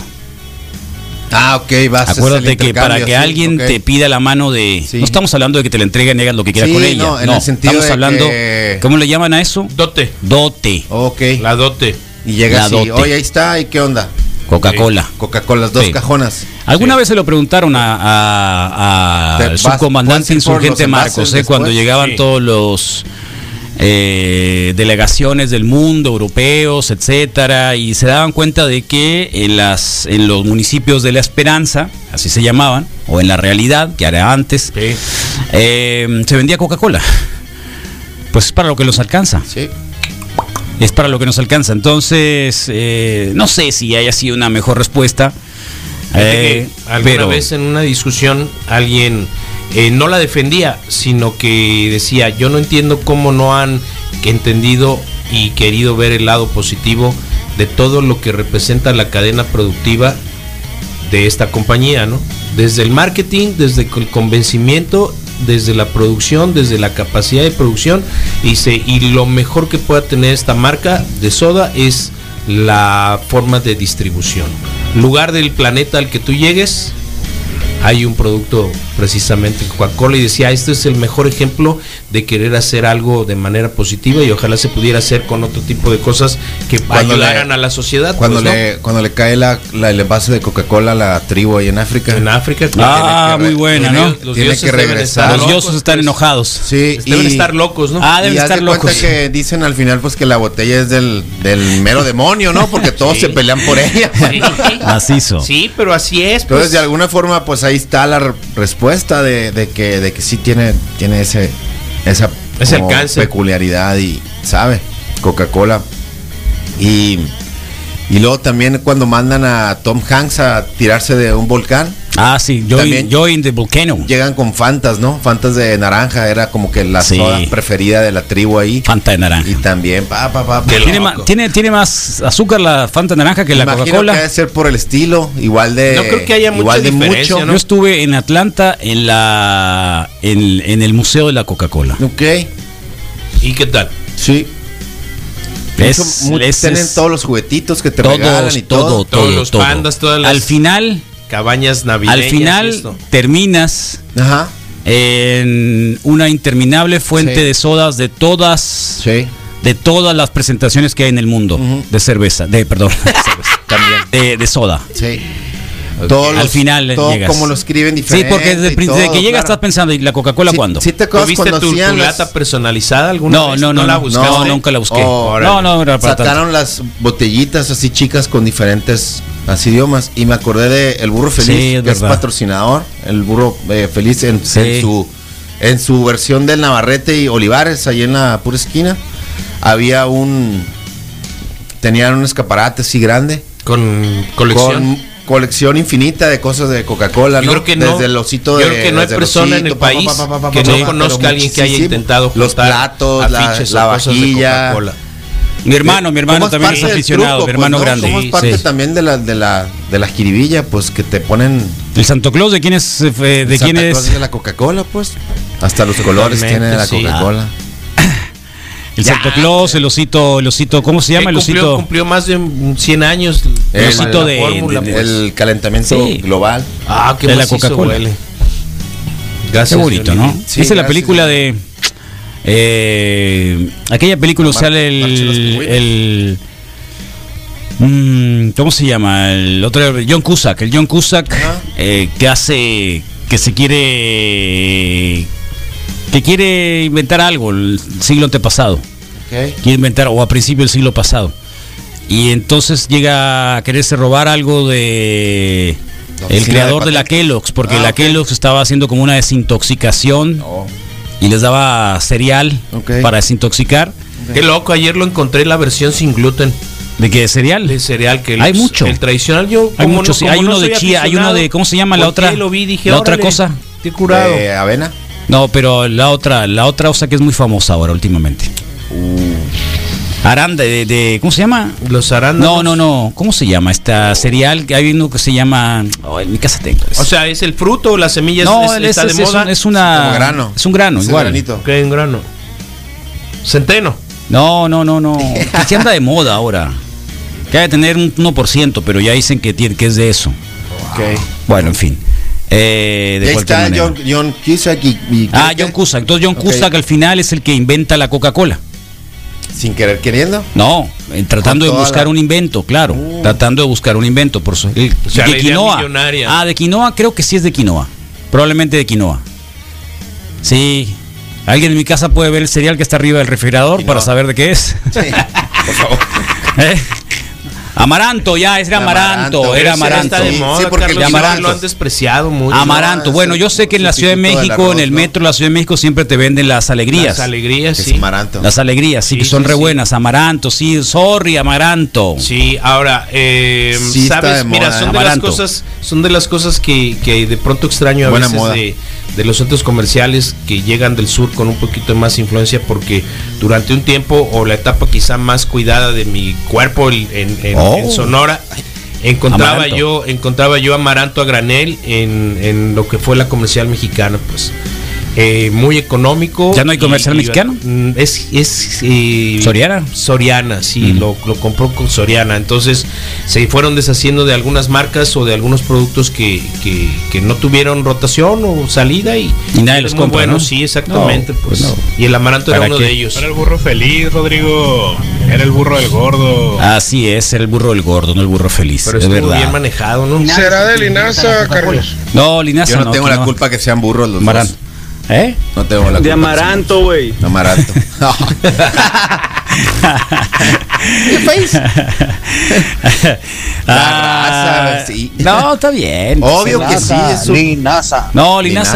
H: Ah, ok, vas a hacer
E: Acuérdate
H: el
E: que para
H: intercambio,
E: que
H: sí,
E: alguien
H: ok.
E: te pida la mano de.
H: Sí.
E: No estamos hablando de que te la entreguen y hagas lo que quieras
H: Sí,
E: con ella.
H: no,
E: No,
H: en el sentido
E: estamos
H: de
E: hablando.
H: que-
E: ¿Cómo le llaman a eso?
G: Dote.
E: Dote.
H: Ok.
G: La dote.
H: y llega
E: la
H: así,
E: dote.
H: oye, ahí está, ¿y qué onda?
E: Coca-Cola.
H: Coca-Cola, las dos
E: Sí.
H: cajonas.
E: Alguna vez se lo preguntaron a, a- a-
H: Te
E: al
H: vas- puedes
E: subcomandante
H: ir por
E: insurgente
H: los envases
E: Marcos, eh, cuando
H: después.
E: llegaban
G: Sí.
E: todos los eh, delegaciones del mundo, europeos, etcétera, y se daban cuenta de que en, las, en los municipios de La Esperanza, así se llamaban, o en la realidad, que era antes,
G: Sí.
E: eh, se vendía Coca-Cola. Pues es para lo que los alcanza
H: Sí.
E: es para lo que nos alcanza. Entonces, eh, no sé si haya sido una mejor respuesta.
G: Fíjate
E: eh,
G: que alguna
E: pero
G: vez en una discusión alguien eh, no la defendía, sino que decía, yo no entiendo cómo no han que entendido y querido ver el lado positivo de todo lo que representa la cadena productiva de esta compañía, ¿no? Desde el marketing, desde el convencimiento, desde la producción, desde la capacidad de producción, y, se- y lo mejor que pueda tener esta marca de soda es la forma de distribución. Lugar del planeta al que tú llegues, hay un producto precisamente Coca-Cola y decía, este es el mejor ejemplo de querer hacer algo de manera positiva y ojalá se pudiera hacer con otro tipo de cosas que
H: Cuando le-
G: ayudaran a la sociedad.
H: Ah, Cuando,
G: pues, ¿no?
H: le, cuando le cae la, la- el envase de Coca-Cola a la tribu ahí en África.
G: En África.
E: Ah,
H: Tiene que
E: muy buena,
H: tiene-
E: ¿no?
G: Los
H: tiene
G: dioses
H: que
G: deben
H: regresar.
G: estar
E: los
G: locos,
E: dioses están
G: pues.
E: enojados.
H: Sí,
G: Deben
H: y-
G: estar locos, ¿no?
E: Ah, deben
H: y haz de
E: estar
H: cuenta
E: locos.
H: que dicen al final pues que la botella es del, del mero demonio, ¿no? Porque todos se pelean por ella.
E: Macizo.
G: Sí, pero así es.
H: Entonces,
G: Pues,
H: de alguna forma, pues ahí está la re- respuesta de, de que, de que sí tiene, tiene ese, esa
G: Ese
H: como
G: alcance.
H: peculiaridad y, ¿sabe? Coca-Cola. Y, y luego también cuando mandan a Tom Hanks a tirarse de un volcán,
E: Ah, sí, join,
H: También-
E: join the volcano.
H: llegan con Fantas, ¿no? Fantas de naranja, era como que la
E: Sí.
H: soda preferida de la tribu ahí.
E: Fanta de
H: Y
E: naranja.
H: también, pa, pa, pa, pa.
E: Tiene más, tiene, tiene más azúcar la Fanta de naranja que la
H: Imagino que ha de
E: Coca-Cola.
H: ser por el estilo, igual de.
G: No creo que haya mucha
H: igual de
G: diferencia,
H: mucho.
G: ¿no?
E: Yo estuve en Atlanta en la en, en el museo de la Coca-Cola.
H: Ok.
G: ¿Y qué tal?
H: Sí.
E: Es-
H: Mucho- mucho-
E: es-
H: tienen
E: es-
H: todos los juguetitos que te regalan
E: Todos,
H: y
E: todo,
H: todo.
G: Todos
E: todo,
G: los
E: todo.
G: pandas, todas las-
E: Al final,
G: Cabañas
E: al
G: navideñas.
E: final
G: esto.
E: terminas
H: Ajá.
E: en una interminable fuente
H: Sí.
E: de sodas de todas
H: Sí.
E: de todas las presentaciones que hay en el mundo
H: Ujú.
E: de cerveza, de perdón, de cerveza,
H: También.
E: de, de soda.
H: Sí. Todos
E: Al
H: los-
E: final
H: todo
E: llegas.
H: como lo escriben
E: Sí,
H: diferente.
E: porque desde, el
H: y
E: prin- desde
H: todo,
E: que llegas
H: claro.
E: estás pensando, ¿y la Coca-Cola
H: Sí-
E: cuándo?
H: sí te acuerdas
G: ¿Tuviste
H: cuando
G: tu, tu
H: hacían
G: lata
H: las-
G: personalizada alguna
E: No,
G: vez?
E: no, no,
G: la
E: no.
G: buscaste?
E: No, nunca la busqué.
H: Oh,
E: no, no, no, para tanto.
H: Sacaron las botellitas así chicas con diferentes así, idiomas y me acordé de El Burro Feliz,
E: Sí, es
H: que es
E: verdad.
H: patrocinador, El Burro eh, Feliz en,
E: Sí.
H: en su en su versión del Navarrete y Olivares ahí en la pura esquina. Había un tenían un escaparate así grande
G: Con colección.
H: con colección infinita de cosas de Coca-Cola,
G: Yo
H: ¿no?
G: creo que no.
H: Desde el osito
G: Yo
H: de-
G: creo que no hay
H: desde el
G: persona en el
H: osito, pa, pa,
G: país
H: pa, pa, pa,
G: que
H: pa,
G: no
H: pa,
G: conozca
H: pero
G: a alguien que haya
H: muchísimo.
G: intentado
H: los
G: juntar
H: platos, la,
G: afiches o
H: la
G: cosas de
H: vajilla,
G: Coca-Cola.
E: Mi hermano, mi hermano
H: ¿Cómo
E: también es
H: parte del
E: aficionado,
H: truco,
E: mi
H: pues,
E: hermano
H: no?
E: grande.
H: Somos
E: Sí,
H: parte
E: sí.
H: también de la, de la, de la jiribilla, pues que te ponen.
E: El Santo Claus de quién es eh, fue- de
H: Santa
E: quién
H: Claus
E: es
H: de la Coca-Cola, pues. Hasta los colores tiene la
G: sí. Ah,
H: Coca-Cola.
E: el Santo Claus, el osito, el osito, ¿cómo se llama?
G: Que
E: El
G: cumplió,
E: osito.
G: cumplió más de un 100 años.
H: El
G: la-
E: osito
G: la
E: de-
G: fórmula,
E: de-
G: pues.
H: El calentamiento
E: Sí.
H: global.
G: Ah, qué
E: de la
G: macizo
E: Coca-Cola.
G: huele.
E: Qué
G: Gracias,
E: bonito, ¿no?
G: Leonel.
H: Sí,
E: Esa es la
H: gracias,
E: película
H: Leonel.
E: de eh, aquella película
H: Mar-
E: sale
H: Marcha los
E: el,
H: pingüinos.
E: el mm, ¿cómo se llama? El otro John Cusack, el John Cusack eh, que hace que se quiere que quiere inventar algo el siglo antepasado. Quiere inventar o a principio del siglo pasado. Y entonces llega a quererse robar algo de
H: La
E: el
H: oficina
E: creador
H: de
E: de, la Kellogg's, porque
H: Ah,
E: la
H: ok.
E: Kellogg's estaba haciendo como una desintoxicación
H: Oh,
E: y les daba cereal
H: Ok.
E: para desintoxicar.
G: Qué loco, ayer lo encontré la versión sin gluten.
E: ¿De qué cereal?
G: El cereal que
E: Hay mucho.
G: El tradicional yo
E: Hay
G: como
E: mucho, sí. Hay
G: como
E: uno de
G: soy
E: chía, hay uno
G: aficionado,
E: de- ¿cómo se llama la
G: volteé
E: otra?
G: y Lo vi, y dije,
E: La otra
G: "Órale,
E: cosa".
G: Qué curado.
H: de avena.
E: No, pero la otra, la otra, o sea que es muy famosa ahora últimamente.
H: Uh.
E: Aranda de, de- ¿cómo se llama?
G: Los arándanos.
E: No, no, no. ¿Cómo se llama esta cereal? Hay uno que se llama. oh, en mi casa tengo.
G: O sea, es el fruto, las semillas
E: no,
G: es-
E: es,
G: está
E: es-
G: de
E: es
G: moda.
E: un- es una.
H: Como grano.
E: Ah, Es un grano,
H: Ese
E: igual.
H: granito.
G: Ok, un grano. Centeno.
E: No, no, no, no. Que se anda de moda ahora. Que ha de tener un 1%, pero ya dicen que, tiene, que es de eso.
H: Ok.
E: Bueno, en fin. Eh, de
H: Ahí
E: cualquier
H: está
E: manera.
H: John, John Cusack y, y-
E: Ah, John Cusack. Entonces John
H: Ok.
E: Cusack al final es el que inventa la Coca-Cola.
H: Sin querer queriendo.
E: No, eh, tratando de
H: Con toda
E: buscar
H: la-
E: un invento, claro.
H: Uh.
E: Tratando de buscar un invento. Por su- el-
G: sea,
E: de
G: la idea
E: quinoa.
G: millonaria.
E: Ah, de quinoa, creo que sí es de quinoa. Probablemente de quinoa. Sí. Alguien en mi casa puede ver el cereal que está arriba del refrigerador
H: Quinoa.
E: para saber de qué es.
H: Sí, por favor.
E: ¿Eh? Amaranto, ya, es de amaranto, era
H: ese
E: amaranto.
G: Está de moda,
H: Sí, porque el
G: Carlos,
E: amaranto.
G: lo han despreciado mucho.
E: Amaranto.
H: es
E: Bueno,
H: el
E: yo sé que en la Ciudad de
H: sustituto del
E: México, en
H: arroz,
E: el
H: ¿no?
E: metro de la Ciudad de México, siempre te venden las alegrías.
G: Las alegrías,
H: Es
G: sí.
H: amaranto.
E: Las alegrías, sí,
G: Sí,
E: que son
G: sí,
E: re
G: sí.
E: buenas. Amaranto, sí, sorry, amaranto.
G: Sí, ahora, eh,
H: Sí, está
G: sabes,
H: de
G: mira,
H: moda,
G: son
E: ¿eh?
G: de las
E: Amaranto.
G: cosas, son de las cosas que, que de pronto extraño a
H: Buena
G: veces
H: moda.
G: de, de los centros comerciales que llegan del sur con un poquito más influencia porque durante un tiempo o la etapa quizá más cuidada de mi cuerpo el- en, en-
E: Oh.
G: en Sonora. Encontraba
E: Amaranto.
G: yo, encontraba yo amaranto a granel en, en lo que fue la comercial mexicana, pues. Eh, muy económico.
E: ¿Ya no hay comercial mexicano?
G: Mm, Es, es eh,
E: ¿Soriana?
G: Soriana, sí,
E: Mm.
G: lo, lo compró con Soriana. Entonces se fueron deshaciendo de algunas marcas o de algunos productos que, que, que no tuvieron rotación o salida y,
E: Y nadie los
G: muy
E: compra,
G: bueno,
E: ¿no?
G: sí, exactamente.
E: No,
G: pues,
E: pues no.
G: Y el amaranto era
E: ¿Para
G: uno
E: qué?
G: de ellos.
J: Era el burro feliz, Rodrigo. Era el burro del gordo.
E: Así es, el burro del gordo, no el burro feliz.
G: Pero
E: es
G: estuvo
E: verdad.
G: bien manejado, ¿no?
J: Será de linaza, Carlos.
E: no, Linaza
H: Yo no, tengo la
E: quinoa.
H: culpa que sean burros los
E: Amaranto.
H: dos.
E: ¿Eh?
H: No tengo la culpa. De amaranto, güey. Amaranto.
E: Ah,
H: raza, sí.
E: No, está bien.
H: Obvio que sí. Es un-
E: No, linaza,
H: Linaza.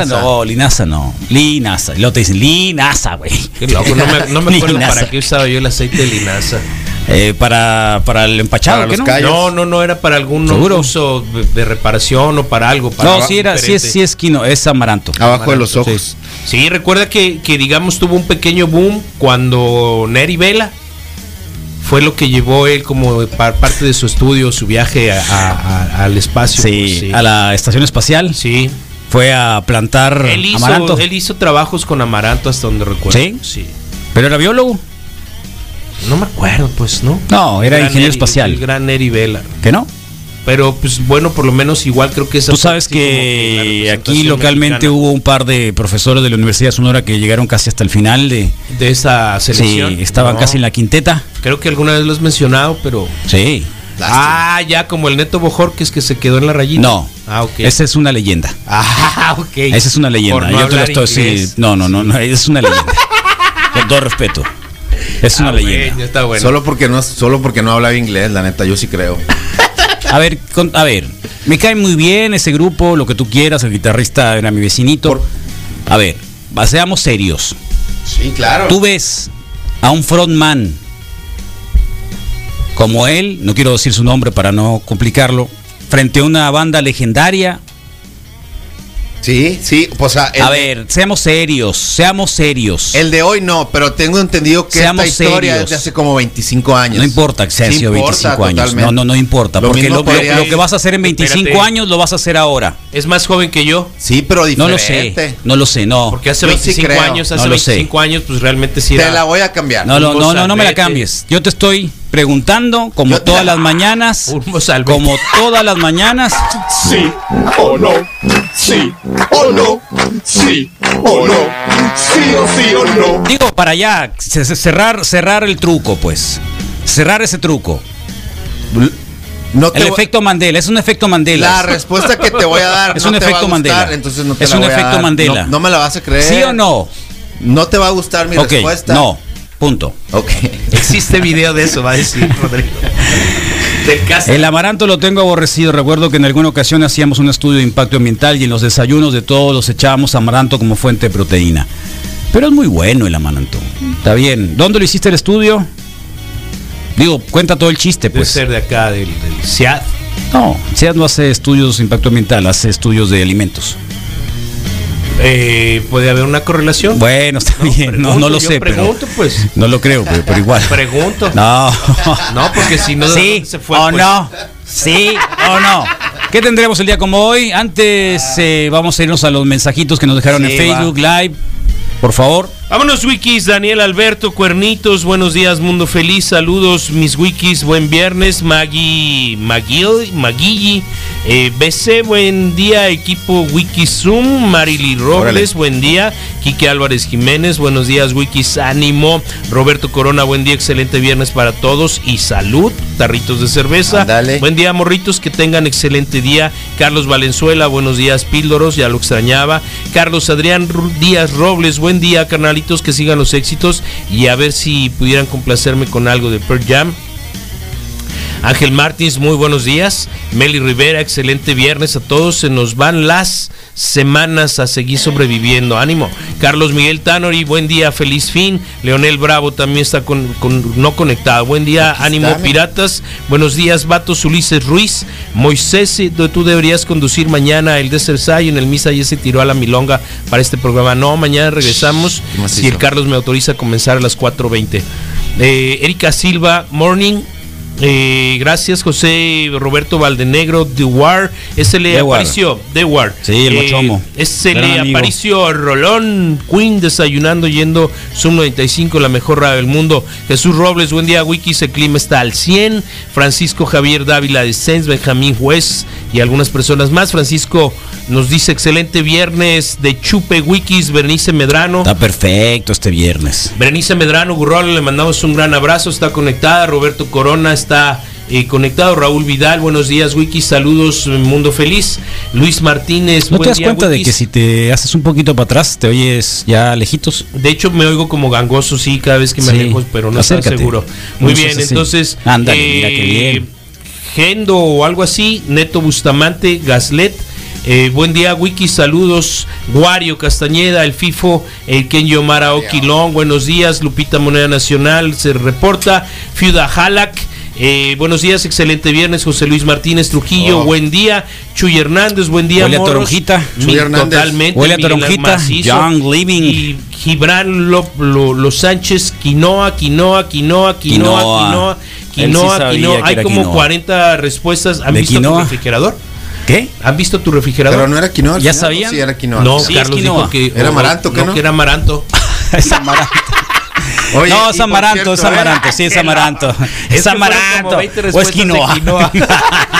E: no, linaza no. Linaza. Y luego te dicen, linaza, güey.
G: Qué loco, no me, no me acuerdo
E: Linaza.
G: para qué usaba yo el aceite de linaza.
E: Eh, para, para el empachado,
H: Para
E: Ah, ¿qué
H: los
E: no?
H: callos.
G: No, no, no era para algún
E: ¿Seguro?
G: uso de, de reparación o para algo. Para
E: No,
G: algo
E: sí, era, sí, es,
G: diferente. Ah,
E: sí es quino, es amaranto.
H: Abajo de los ojos.
G: Sí, recuerda que, que, digamos tuvo un pequeño boom cuando Neri Vela fue lo que llevó él como par- parte de su estudio, su viaje a- a- a- al espacio.
E: Sí,
G: pues,
E: a la estación espacial.
G: Sí.
E: Fue a plantar
G: Él hizo,
E: amaranto.
G: él hizo trabajos con Amaranto hasta donde recuerdo.
E: ¿Sí? ¿Pero era biólogo?
G: No me acuerdo, pues, ¿no?
E: No, era
G: Gran
E: ingeniero
G: Neri-
E: espacial.
G: El gran Neri Vela.
E: ¿Que no?
G: Pero, pues, bueno, por lo menos igual creo que esa
E: Tú
G: fue
E: sabes
G: así como que
E: que
G: la
E: aquí
G: representación
E: localmente
G: mexicana
E: hubo un par de profesores de la Universidad de Sonora que llegaron casi hasta el final de...
G: De esa
E: Sí,
G: selección.
E: estaban
G: No,
E: casi en la quinteta.
G: Creo que alguna vez lo has mencionado, pero...
E: Sí.
G: Ah, ya, como el Neto Bojorques que se quedó en la rayita.
E: No.
G: Ah, ok.
E: Esa es una leyenda.
G: Ah, ok.
E: Esa es una leyenda.
G: Por no
E: Yo te lo
G: hablar
E: estoy... sí,
G: inglés.
E: no, no, no, no, es una leyenda. Con todo respeto. Es una
G: Ah,
E: leyenda.
G: bueno, está bueno.
H: Solo porque no, solo porque no hablaba inglés, la neta, yo sí creo.
E: A ver, con- a ver, me cae muy bien ese grupo, lo que tú quieras, el guitarrista era mi vecinito.
H: Por-
E: A ver, va- seamos serios.
H: Sí, claro.
E: Tú ves a un frontman como él, no quiero decir su nombre para no complicarlo, frente a una banda legendaria.
H: Sí, sí, pues ah, el,
E: a ver, seamos serios, seamos serios.
H: el de hoy no, pero tengo entendido que
E: Seamos
H: esta historia
E: serios.
H: es de hace como 25 años.
E: no importa que sea
H: Sí
E: sido
H: importa,
E: 25 años.
H: totalmente.
E: No, no, no importa.
H: Lo
E: porque
H: mismo
E: lo, lo-
H: podría-
E: lo que vas a hacer en 25
G: Espérate.
E: años lo vas a hacer ahora.
G: Es más joven que yo.
H: Sí, pero
E: No
H: diferente.
E: lo sé. No lo sé, no.
G: Porque hace
H: Yo sí
G: 25
H: creo.
G: años, hace
E: No lo sé.
G: 25 años, pues realmente sí
H: Te
G: era.
H: la voy a cambiar.
E: No, no,
G: Un
E: no, no, no me la
G: mozalbete.
E: cambies. Yo te estoy preguntando, como
H: Yo-
E: todas las mañanas,
G: Un mozalbete.
E: como todas las mañanas,
D: Sí o no, sí o no, sí o no, sí o sí o no.
E: digo, para ya ce- ce- cerrar, cerrar el truco, pues. Cerrar ese truco.
H: No te
E: El
H: voy-
E: efecto Mandela, es un efecto
H: La
E: Mandela.
H: respuesta que te voy a dar
E: Es
H: no
E: un
H: te va a
E: efecto
H: gustar,
E: Mandela.
H: entonces no te
E: Es
H: la
E: un
H: voy a
E: efecto
H: dar.
E: Mandela.
H: No, no me la vas a creer.
E: ¿Sí o no?
H: No te va a gustar mi
E: Ok,
H: respuesta.
E: no. Punto.
H: Ok.
G: Existe video de eso, va a decir Rodrigo. Del caso.
E: El amaranto lo tengo aborrecido. Recuerdo que en alguna ocasión hacíamos un estudio de impacto ambiental y en los desayunos de todos los echábamos amaranto como fuente de proteína. Pero es muy bueno el amaranto. Está bien. ¿Dónde lo hiciste el estudio? Digo, cuenta todo el chiste,
G: Debe
E: pues.
G: ser de acá, del, del SEAT.
E: No, SEAT no hace estudios de impacto ambiental, hace estudios de alimentos.
G: Eh, Puede haber una correlación.
E: Bueno, está bien, no,
G: pregunto,
E: no lo
G: yo
E: sé,
G: pregunto,
E: pero.
G: pues.
E: No lo creo, pero, pero igual.
G: Pregunto.
E: No.
G: No, porque si no, ¿de
E: sí
G: dónde se fue,
E: o
G: pues?
E: no. Sí o no. ¿Qué tendremos el día como hoy? Antes eh, vamos a irnos a los mensajitos que nos dejaron
H: Sí,
E: en Facebook Live. Por favor.
G: Vámonos, Wikis. Daniel Alberto Cuernitos. Buenos días, mundo feliz. Saludos, mis Wikis. Buen viernes. Maggie, Magui, Maguilli. Eh, BC, buen día, equipo Wikisum, Marily Robles,
H: Órale.
G: buen día, Quique Álvarez Jiménez, buenos días, Wikis Ánimo, Roberto Corona, buen día, excelente viernes para todos y salud, tarritos de cerveza.
H: Ándale.
G: Buen día, morritos, que tengan excelente día. Carlos Valenzuela, buenos días, Píldoros, ya lo extrañaba. Carlos Adrián Ru- Díaz Robles, buen día, carnalitos, que sigan los éxitos y a ver si pudieran complacerme con algo de Pearl Jam. Ángel Martins, muy buenos días. Meli Rivera, excelente viernes a todos. Se nos van las semanas a seguir sobreviviendo. Ánimo. Carlos Miguel Tanori, buen día, feliz fin. Leonel Bravo también está con, con- no conectado. Buen día, ánimo
H: está, mira.
G: piratas. Buenos días, Vatos Ulises Ruiz. Moisés, eh, tú deberías conducir mañana el Desert Side. En el Misa ya se tiró a la milonga para este programa. No, mañana regresamos.
H: ¿Qué más
G: Si el
H: hizo?
G: Carlos me autoriza a comenzar a las 4.20. Eh, Erika Silva, morning. Eh, gracias, José Roberto Valdenegro, Dewar. Ese le
E: Dewar.
G: apareció. Dewar.
E: Sí, el mochomo.
G: Ese
E: Gran
G: le
E: amigo.
G: apareció Rolón Queen desayunando yendo Zoom 95, la mejor radio del mundo. Jesús Robles, buen día, Wikis. El clima está al 100. Francisco Javier Dávila de Sens, Benjamín Juez y algunas personas más. Francisco nos dice: excelente viernes de Chupe Wikis, Bernice Medrano.
E: Está perfecto este viernes.
G: Berenice Medrano Gurrola, le mandamos un gran abrazo, está conectada. Roberto Corona está eh, conectado. Raúl Vidal, buenos días, Wiki, saludos, eh, Mundo Feliz. Luis Martínez,
E: ¿No
G: buen
E: te das
G: día,
E: cuenta de
G: Wikis.
E: que si te haces un poquito para atrás, te oyes ya lejitos?
G: De hecho, me oigo como gangoso, sí, cada vez que me
E: Sí,
G: alejo, pero no
E: acércate.
G: estoy seguro. Muy
E: No seas
G: bien,
E: así.
G: entonces. eh,
E: Ándale, mira qué bien.
G: Gendo o algo así, Neto Bustamante, Gaslet. eh, buen día, Wiki, saludos. Wario Castañeda, el FIFO, el Kenyo Mara Oquilón, buenos días. Lupita Moneda Nacional se reporta. Fiuda Halak, eh, buenos días, excelente viernes. José Luis Martínez Trujillo,
H: Oh.
G: buen día. Chuy Hernández, buen día.
E: Huele a
G: Morros.
E: toronjita.
G: Mi-
H: Chuy Hernández.
G: Totalmente.
E: Huele a
G: Miguel
E: toronjita.
G: Macizo.
E: Young Living.
G: Y Gibran Lo- Lo- Los Sánchez, quinoa, quinoa, quinoa, quinoa,
E: Quinoa.
G: quinoa,
E: Él sí
G: quinoa,
E: sabía
G: quinoa.
E: que
G: Hay
E: era
G: como
E: quinoa.
G: 40 respuestas. ¿Han
E: ¿De
G: visto tu
E: quinoa?
G: refrigerador?
E: ¿Qué?
G: ¿Han visto tu refrigerador?
H: Pero no era quinoa. al
E: ¿Ya
H: final, ¿no?
E: sabían?
H: Sí, era quinoa.
G: No,
H: al final.
E: Sí, es
G: Carlos
E: quinoa.
G: dijo que
H: Era amaranto, ¿qué
G: que no?
H: no?
G: que era amaranto.
E: Es amaranto.
H: Oye,
E: no,
H: y
E: es
H: por
E: amaranto, es
H: cierto, ¿eh?
E: amaranto, sí, es amaranto.
G: que
E: Es
G: fueron
E: amaranto.
G: como 20
E: O es
G: respuestas de
E: quinoa.
G: quinoa.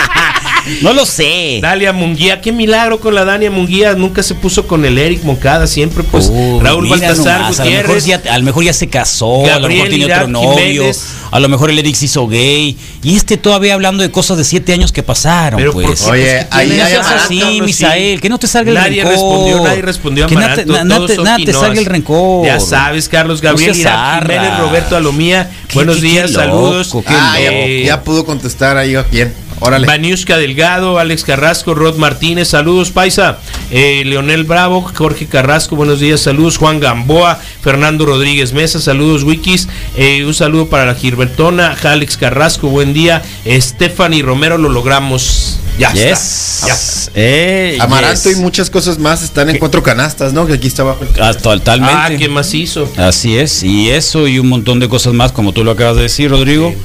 E: no lo sé.
G: Dalia Munguía, qué milagro con la Dania Munguía, nunca se puso con el Eric Moncada, siempre pues
E: Uy,
G: Raúl
E: Oh, mira
G: Baltasar
E: nomás, a lo, mejor
G: Gutiérrez.
E: ya, a lo mejor ya se casó, a lo mejor
G: Gabriel
E: tiene otro
G: Irán
E: novio,
G: Jiménez.
E: a lo mejor el Eric se hizo gay. Y este todavía hablando de cosas de siete años que pasaron,
G: Pero
E: pues.
G: ¿por
H: Oye,
G: Pues, ¿qué
H: ahí
E: no
G: tiene?
H: hay
E: seas
H: amaranto,
E: así,
G: no,
E: Misael,
G: sí.
E: que no te salga el
G: nadie
E: rencor.
G: Respondió, nadie respondió
E: Que
G: amaranto,
E: na- na-
G: todos
E: te,
G: son
E: na- te
G: quinoas.
E: salga el rencor.
G: Ya sabes, Carlos Gabriel
E: No seas
G: Irán
E: arra.
G: Jiménez, Roberto Alomía.
E: Qué-
G: Buenos
E: qué- qué
G: días,
E: loco,
G: saludos.
E: qué
H: Ah, ya,
G: Eh,
H: ya pudo contestar ahí a quién. Órale.
G: Vaniushka Delgado, Alex Carrasco, Rod Martínez, saludos Paisa, Eh, Leonel Bravo, Jorge Carrasco, buenos días, saludos Juan Gamboa, Fernando Rodríguez Mesa, saludos Wikis, Eh, un saludo para la Gilbertona, Alex Carrasco, buen día, Stephanie Romero, lo logramos, ya
E: Yes.
G: está. ya.
E: Eh,
H: Amaranto
E: yes.
H: y muchas cosas más están en cuatro canastas, ¿no? Que aquí está abajo.
E: Ah, Totalmente.
G: Ah, qué macizo.
E: Así es, y eso y un montón de cosas más, como tú lo acabas de decir, Rodrigo.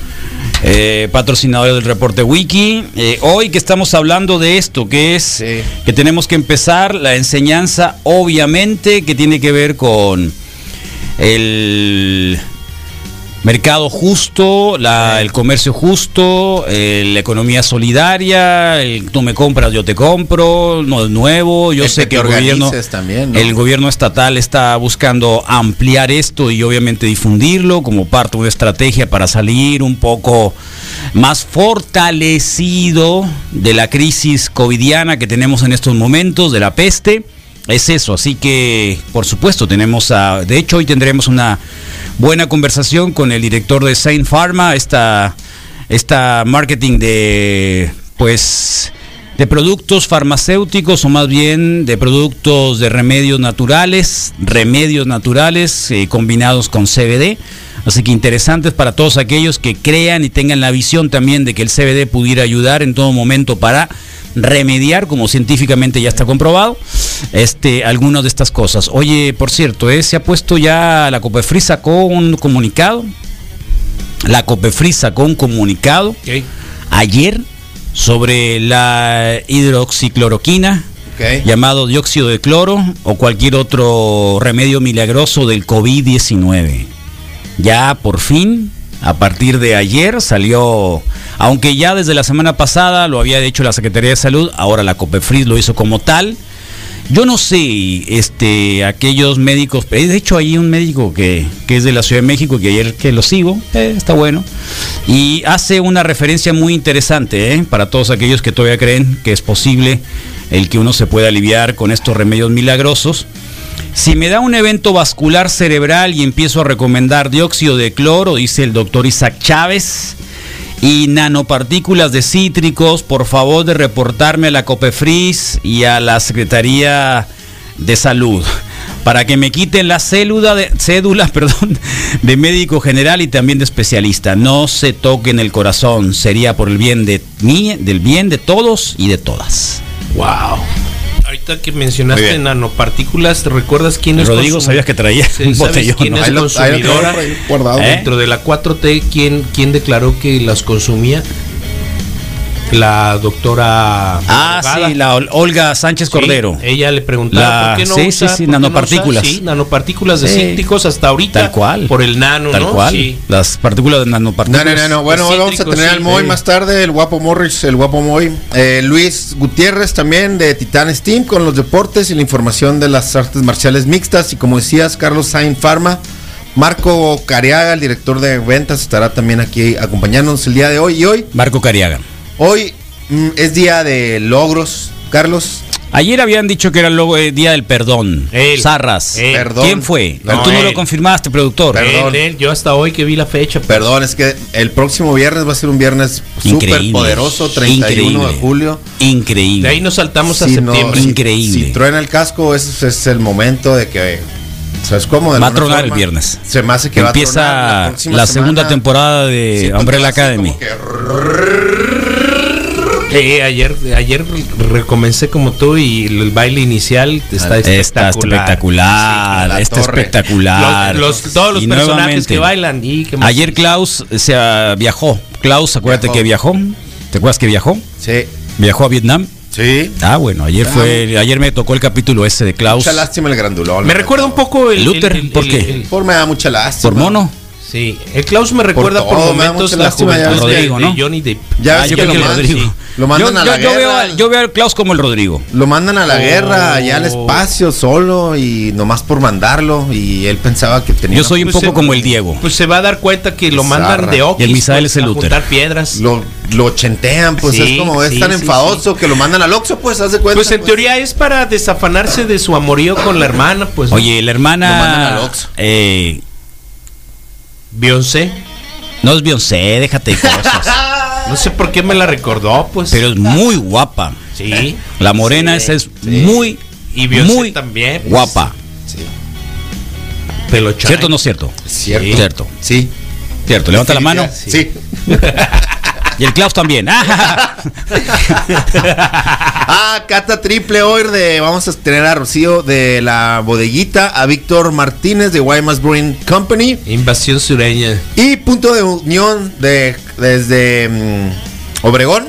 E: Eh, patrocinadores del reporte Wiki. Eh, hoy que estamos hablando de esto, que es eh,
H: Sí.
E: que tenemos que empezar la enseñanza, obviamente, que tiene que ver con el mercado justo, la- el comercio justo, eh, la economía solidaria, el tú me compras, yo te compro, no es nuevo, yo
H: El
E: sé
H: que te
E: que el gobierno,
H: organices también, ¿no?
E: el gobierno estatal está buscando ampliar esto y obviamente difundirlo como parte de una estrategia para salir un poco más fortalecido de la crisis covidiana que tenemos en estos momentos, de la peste. Es eso, así que por supuesto tenemos a... De hecho hoy tendremos una buena conversación con el director de Saint Pharma, esta, esta marketing de pues de productos farmacéuticos o más bien de productos de remedios naturales, remedios naturales eh, combinados con CBD. Así que interesantes para todos aquellos que crean y tengan la visión también de que el CBD pudiera ayudar en todo momento para remediar, como científicamente ya está comprobado, este, algunas de estas cosas. Oye, por cierto, eh, se ha puesto ya, la COPEFRI sacó un comunicado, la COPEFRI sacó un comunicado
G: Ok.
E: ayer sobre la hidroxicloroquina,
H: Ok.
E: llamado dióxido de cloro o cualquier otro remedio milagroso del COVID-19. Ya por fin, a partir de ayer salió Aunque ya desde la semana pasada lo había hecho la Secretaría de Salud, ahora la COPEFRIS lo hizo como tal. Yo no sé, este, aquellos médicos, eh, de hecho hay un médico que, que es de la Ciudad de México, que ayer que lo sigo, eh, está bueno, y hace una referencia muy interesante eh, para todos aquellos que todavía creen que es posible el que uno se pueda aliviar con estos remedios milagrosos. Si me da un evento vascular cerebral y empiezo a recomendar dióxido de cloro, dice el doctor Isaac Chávez, y nanopartículas de cítricos, por favor de reportarme a la COPEFRIS y a la Secretaría de Salud para que me quiten la célula de, cédula perdón, de médico general y también de especialista. No se toquen el corazón, sería por el bien de mí, del bien de todos y de todas.
G: Wow. Ahorita que mencionaste nanopartículas, ¿te recuerdas quién es
E: Rodrigo,
G: consum-
E: sabías que traía
G: Sí,
E: un
G: ¿sabes
E: botellón.
G: quién
E: ¿no?
G: es
H: Ahí lo- ahí lo
G: consumidora
H: tengo guardado.
E: ¿Eh?
G: dentro de la 4T? ¿quién, ¿Quién declaró que las consumía? La doctora.
E: Ah,
G: abogada.
E: sí, la Ol- Olga Sánchez
G: Sí,
E: Cordero.
G: ella le preguntaba
E: La-
G: por qué no
E: sí, sí, sí,
G: usa, por qué no
E: nanopartículas.
G: usa? Sí, nanopartículas de
E: Sí.
G: cítricos hasta ahorita.
E: Tal cual.
G: Por el nano,
E: Tal
G: ¿no?
E: cual.
G: Sí.
E: Las partículas de
H: No,
E: nanopartículas.
H: no, no, no. Bueno,
G: Los
H: vamos a
G: cítricos,
H: tener
G: sí.
H: al Moy
G: Sí.
H: más tarde, el guapo Morris, el guapo Moy. Eh, Luis Gutiérrez también de Titanes Team con los deportes y la información de las artes marciales mixtas. Y como decías, Carlos Sainz Pharma. Marco Cariaga, el director de ventas, estará también aquí acompañándonos el día de hoy. Y hoy,
E: Marco Cariaga.
H: hoy mm, es día de logros, Carlos.
E: Ayer habían dicho que era el logo- eh, día del perdón.
G: Él.
E: Zarras.
G: Él.
H: Perdón.
E: ¿Quién fue?
G: No,
E: Tú no
G: él.
E: lo confirmaste, productor.
H: Perdón.
G: Él, él, yo hasta hoy que vi la fecha. pues.
H: Perdón, es que el próximo viernes va a ser un viernes súper
E: Increíble.
H: poderoso, 31 de
E: Increíble.
H: julio.
E: Increíble.
G: De ahí nos saltamos a
H: Si no-
G: septiembre.
H: si-
E: Increíble.
H: Si truena el casco, ese es el momento de que. ¿Sabes cómo? De
E: Va a
H: alguna
E: tronar el viernes.
H: Se me hace que
E: que
H: va a tronar
E: empieza
H: próxima
E: la, segunda
H: semana.
E: temporada de
H: Sí, porque
E: Umbrella
H: va a ser
E: Academy.
H: como que-
G: Eh, ayer, ayer recomencé como tú y el, el baile inicial está espectacular.
E: Ah, Está espectacular,
H: Sí, la
E: está
H: torre.
E: espectacular.
G: Los- los- todos los personajes que bailan y que más-
E: Ayer Klaus se ah, viajó. Klaus, acuérdate
H: Viajó.
E: que viajó. ¿Te acuerdas que viajó?
H: Sí,
E: Viajó a Vietnam.
H: sí.
E: Ah, bueno, ayer fue, ayer me tocó el capítulo ese de Klaus.
H: Mucha lástima el grandulón.
G: Me recuerda un poco el.
E: Luther,
G: el- el-
E: ¿por
G: el-
E: qué?
G: el-
H: Por me da mucha lástima.
E: Por mono.
G: sí, el Klaus me recuerda por,
H: todo, me da
G: momentos
H: mucha
G: la
H: lástima, ya
G: juventud
E: ves
G: de-
E: Rodrigo, ¿no?
G: de Johnny Depp.
H: Ya
E: Ah,
H: ves
E: yo
H: que lo
E: creo que
H: mandan,
E: Rodrigo.
H: sí. Lo mandan
E: yo,
H: a la
E: yo- yo veo,
H: guerra.
E: a- yo veo a Klaus como el Rodrigo.
H: Lo mandan a la
G: Oh.
H: guerra, allá al espacio, solo y nomás por mandarlo. Y él pensaba que tenía.
E: Yo soy un
G: Pues
E: poco
G: se-
E: como el Diego.
G: Pues se va a dar cuenta que lo
H: Bizarra.
G: mandan de Oquis
E: Y el Misael es el
G: a
E: Luther.
G: juntar piedras.
H: Lo, lo ochentean, pues
G: Sí,
H: es como es
G: sí,
H: tan
G: sí,
H: enfadoso que lo mandan al Oxxo, pues, haz de cuenta.
G: Pues en teoría es para desafanarse de su amorío con la hermana, pues. ¿no?
E: Oye, la
H: Lo mandan
E: hermana.
H: al Oxxo.
E: eh,
G: Beyoncé.
E: no es Beyoncé, déjate de cosas.
G: No sé por qué me la recordó, pues.
E: pero es muy guapa.
G: sí.
E: ¿Eh? La morena
G: Sí,
E: esa es
G: sí.
E: muy,
G: Y Beyoncé
E: muy
G: también. pues,
E: guapa.
G: Pelochón.
E: ¿Cierto o no cierto?
H: Cierto.
E: Cierto.
H: Sí.
E: Cierto. Levanta la mano.
H: Sí.
E: Y el Klaus también. Ah,
H: Ah, cata triple hoy de vamos a tener a Rocío de la bodeguita, a Víctor Martínez de Guaymas Brewing Company
G: Invasión sureña.
H: y punto de unión de desde mm, Obregón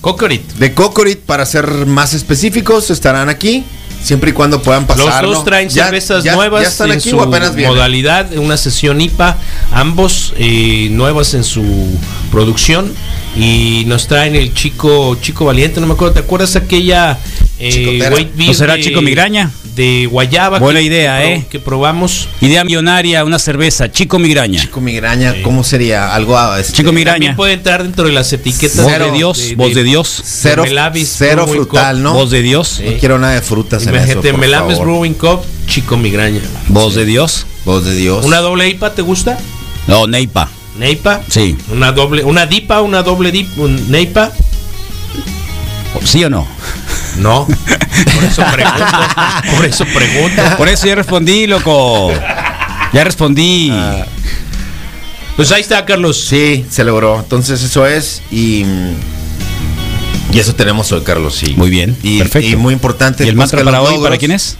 G: Cocorito.
H: de Cocorit para ser más específicos estarán aquí siempre y cuando puedan pasar.
G: Los dos traen cervezas nuevas
H: Ya están
G: en
H: aquí
G: su
H: o apenas vienen.
G: modalidad, una sesión IPA, ambos eh, nuevas en su producción y nos traen el chico chico valiente, no me acuerdo, ¿te acuerdas aquella eh,
H: Chicotera.
G: white beer
E: ¿No será
G: de-
E: Chico Migraña?
G: de guayaba?
E: Buena idea,
G: que,
E: ¿eh?
G: Que probamos.
E: Idea millonaria, una cerveza, chico migraña. Chico,
H: Chico migraña, ¿cómo sería algo a este,
E: migraña.
G: También puede entrar dentro de las etiquetas.
E: Voz de Dios, voz de Dios,
H: cero,
G: de Melavis,
H: cero
G: Brewing
H: frutal,
G: Cup.
H: ¿no?
E: voz de Dios,
H: No quiero nada de frutas en eso,
G: Imagínate,
H: por
G: Melames
H: favor.
G: Brewing Cup, chico migraña.
E: voz de Dios.
H: Voz de Dios.
E: Pues-
G: ¿Una doble IPA te gusta?
E: No, Neipa.
G: ¿Neipa?
E: Sí.
G: Una doble, una dipa, una doble dip, un neipa.
E: ¿Sí o no?
G: No. Por eso pregunto. Por eso pregunto.
E: Por eso ya respondí, loco. Ya respondí.
G: Pues ahí está, Carlos.
H: Sí, se logró. Entonces eso es y mm, y eso tenemos hoy, Carlos. Sí.
E: Muy bien,
H: Y,
E: perfecto.
H: y muy importante.
E: ¿Y el
H: pues,
E: mantra
H: que los
E: para hoy
H: logros,
E: para quién es?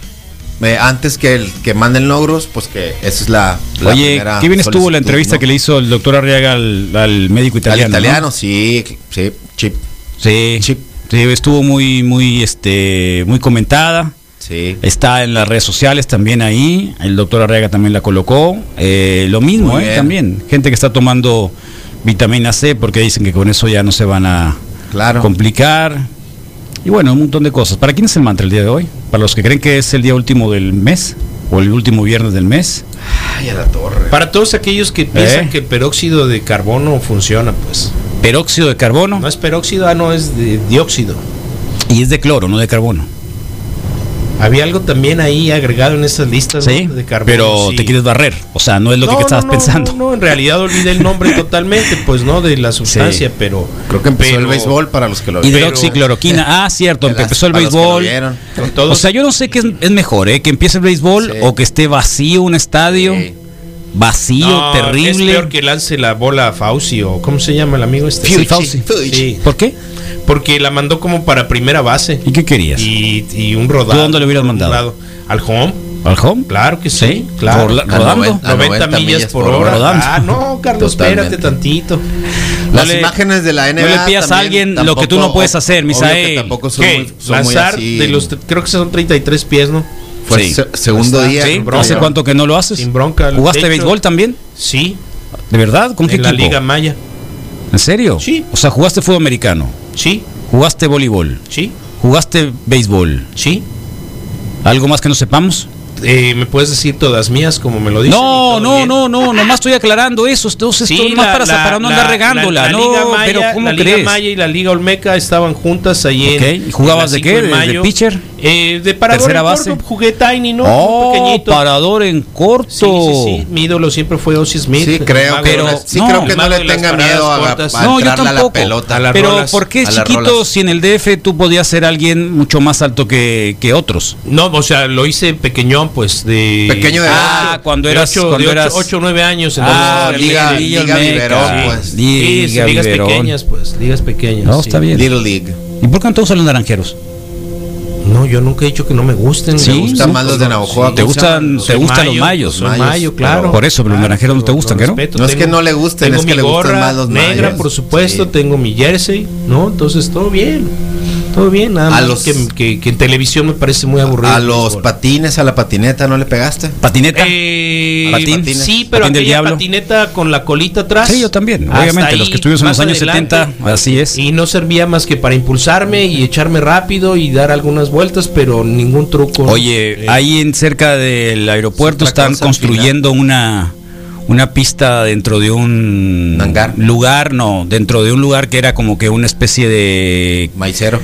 H: eh, antes que el que manden logros, pues que esa es la. la
E: Oye,
H: primera
E: qué bien estuvo la
H: solicitud,
E: entrevista
H: ¿no?
E: que le hizo el doctor Arriaga al, al médico
H: al
E: italiano.
H: italiano,
E: ¿no?
H: sí, sí, chip,
E: Sí,
H: Chip.
E: sí, estuvo muy, muy, este, muy comentada.
H: sí.
E: Está en las redes sociales también ahí. El doctor Arriaga también la colocó. Eh, lo mismo,
H: Muy
E: eh,
H: bien.
E: también. Gente que está tomando vitamina C, porque dicen que con eso ya no se van a
H: Claro.
E: complicar. Y bueno, un montón de cosas. ¿Para quién es el mantra el día de hoy? ¿Para los que creen que es el día último del mes? ¿O el último viernes del mes?
H: Ay, a la torre.
G: Para todos aquellos que
E: ¿Eh?
G: piensan que el peróxido de carbono funciona, pues.
E: Peróxido de carbono.
G: No es peróxido, ah, no, es de- dióxido.
E: Y es de cloro, no de carbono.
G: Había algo también ahí agregado en esas listas ¿no?
E: Sí,
G: de carbono.
E: pero
G: sí.
E: te quieres barrer. O sea, no es lo
G: No,
E: que estabas
G: no, no,
E: pensando.
G: No, no, en realidad olvidé el nombre totalmente, pues no, de la sustancia, pero.
H: Creo que empezó
G: pero
H: el béisbol para los que lo vieron.
E: Hidroxicloroquina. Ah, cierto,
H: Para
E: empezó el
H: los que lo
E: béisbol.
H: vieron.
G: Con todos,
E: O sea, yo no sé qué es, es mejor, ¿eh? Que empiece el béisbol
H: Sí.
E: o que esté vacío un estadio.
H: Sí.
E: Vacío,
G: No, Es
E: terrible.
G: peor que lance la bola a Fauci o ¿cómo se llama el amigo este?
E: Sí, Fauci.
G: Sí,
E: ¿Por qué?
G: porque la mandó como para primera base
E: ¿Y qué querías?
G: y, y un rodado.
E: ¿Tú dónde lo hubieras
G: por un
E: mandado?
G: lado. Al home,
E: ¿Al home?
G: claro que sí,
E: Sí,
G: claro.
E: rola-
G: A
E: rodando.
G: noventa- 90, millas por hora.
E: Rodando.
G: Ah, no, Carlos,
H: Totalmente.
G: espérate tantito.
H: Las
E: No le-
H: imágenes de la NBA.
E: no le pidas a alguien lo que tú no puedes hacer,
H: obvio
E: Misael.
H: que Tampoco son
G: ¿Qué?
H: muy, son muy
G: Lanzar
H: así.
G: de los, creo que son 33 pies, ¿no?
H: Fue
E: Ah, Sí.
H: se- segundo
G: Está-
H: día.
G: sí,
H: con
G: bronca.
E: ¿Hace
H: Brian.
E: cuánto que no lo haces?
G: Sin bronca, al
E: ¿Jugaste
G: techo.
E: béisbol también?
G: Sí,
E: ¿De verdad? ¿Con
G: en
E: qué
G: la
E: equipo?
G: Liga Maya.
E: ¿En serio?
G: Sí.
E: O sea, jugaste fútbol americano,
G: Sí,
E: jugaste voleibol,
G: sí,
E: jugaste béisbol.
G: sí.
E: ¿Algo más que no sepamos?
G: Eh, ¿Me puedes decir todas mías como me lo dicen?
E: No,
G: Y todo
E: no,
G: bien.
E: no, no, nomás estoy aclarando eso. Entonces,
G: Sí,
E: esto es más
G: la-
E: para,
G: la-
E: para no andar
G: la-
E: regándola.
G: la- la
E: no,
G: Liga Maya-
E: pero ¿cómo
G: la Liga
E: crees?
G: Maya y la Liga Olmeca estaban juntas allí. en-
E: Ok, ¿y jugabas
G: en la
E: de qué?
G: 5
E: ¿De- de pitcher?
G: Eh, de parador
E: ¿Tercera
G: en
E: base?
G: corto, jugué Tiny, ¿no?
E: oh,
G: Muy pequeñito.
E: parador en corto.
G: Sí, sí, sí. Mi ídolo siempre fue Ozzy Smith.
H: Sí, creo,
G: El mago
H: que,
E: pero-
G: de
H: no,
G: las-
H: sí
E: no,
H: creo que
G: el
H: no
G: mago
H: le
G: de las
H: tengan
G: paradas
H: miedo a, la,
G: cortas.
H: a
E: No, yo
H: entrarle a la
E: tampoco.
H: pelota.
G: A la- las
E: Pero
G: rolas,
E: ¿por qué
H: a las
E: chiquito
H: rolas.
E: si en el DF tú podías ser alguien mucho más alto que, que otros?
G: No, o sea, lo hice pequeñón, pues de.
H: Pequeño de-
E: Ah, cuando eras- cuando eras-
G: 8 o 9 años.
E: Ah,
G: entonces,
H: Liga-
G: realmente.
H: Liga
E: Olmeca.
H: Biberón,
E: Sí.
H: pues.
G: Sí,
E: Liga
G: ligas
E: Biberón.
G: pequeñas, pues. Ligas pequeñas.
E: No,
G: sí.
E: está bien.
H: Little League.
E: ¿Y por qué no te gustan los naranjeros?
G: No, yo nunca he dicho que no me gusten.
E: Sí,
G: me
E: ¿no?
G: gustan
H: más los de Navajo.
E: ¿Te gustan,
G: Soy
E: te gustan los
G: pues, mayo,
E: mayos?
G: soy mayo, claro.
E: Por eso, pero los
G: Claro,
E: naranjeros no te
G: lo-
E: gustan,
G: lo
E: ¿qué no?
G: respeto,
H: No es que no le gusten, es
G: tengo
H: que
G: mi
H: le gustan
G: gorra
H: más los
G: negra,
H: mayos.
G: por supuesto,
H: Sí.
G: tengo mi jersey, ¿no? Entonces todo bien. Todo bien, nada
H: A
G: más
H: los-
G: que, que- que en televisión me parece muy aburrido.
H: A
G: el
H: los
G: béisbol.
H: patines, a la patineta, ¿no le pegaste?
E: ¿Patineta?
G: Eh,
E: Patín.
G: Sí, pero
E: Patín del
G: aquella
E: diablo.
G: patineta con la colita atrás.
E: Sí, yo también.
G: Hasta
E: Obviamente,
G: ahí,
E: los que estuvimos en
G: más
E: los años
G: adelante.
E: 70, así es.
G: Y no servía más que para impulsarme y echarme rápido y dar algunas vueltas, pero ningún truco.
E: Oye,
G: Eh,
E: ahí en cerca del aeropuerto
H: es otra
E: están
H: cosa,
E: construyendo una una pista dentro de un
H: ¿Un hangar?
E: lugar, no, dentro de un lugar que era como que una especie de
H: Maicero.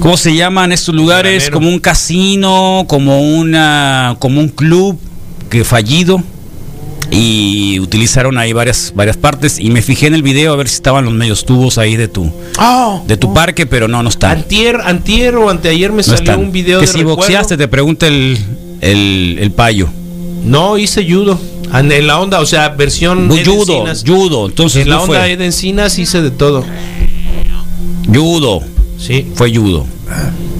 E: ¿cómo se llaman estos lugares?
G: Granero.
E: Como un casino, como una como un club que fallido y utilizaron ahí varias varias partes y me fijé en el video a ver si estaban los medios tubos ahí de tu
G: Oh,
E: de tu
G: oh.
E: parque, pero no no están.
G: Antier, antier o anteayer me
E: No
G: salió
E: están.
G: un video
E: que
G: de
E: si
G: recuerdo.
E: boxeaste te pregunta el el, el payo.
G: No, hice judo. En en la onda, o sea, versión
E: Bu-
G: Ed
E: judo,
G: Encinas.
E: judo, entonces
G: Mm. En la
E: no
G: onda
E: fue
G: Ed Encinas hice de todo.
E: judo,
G: Sí,
E: fue judo.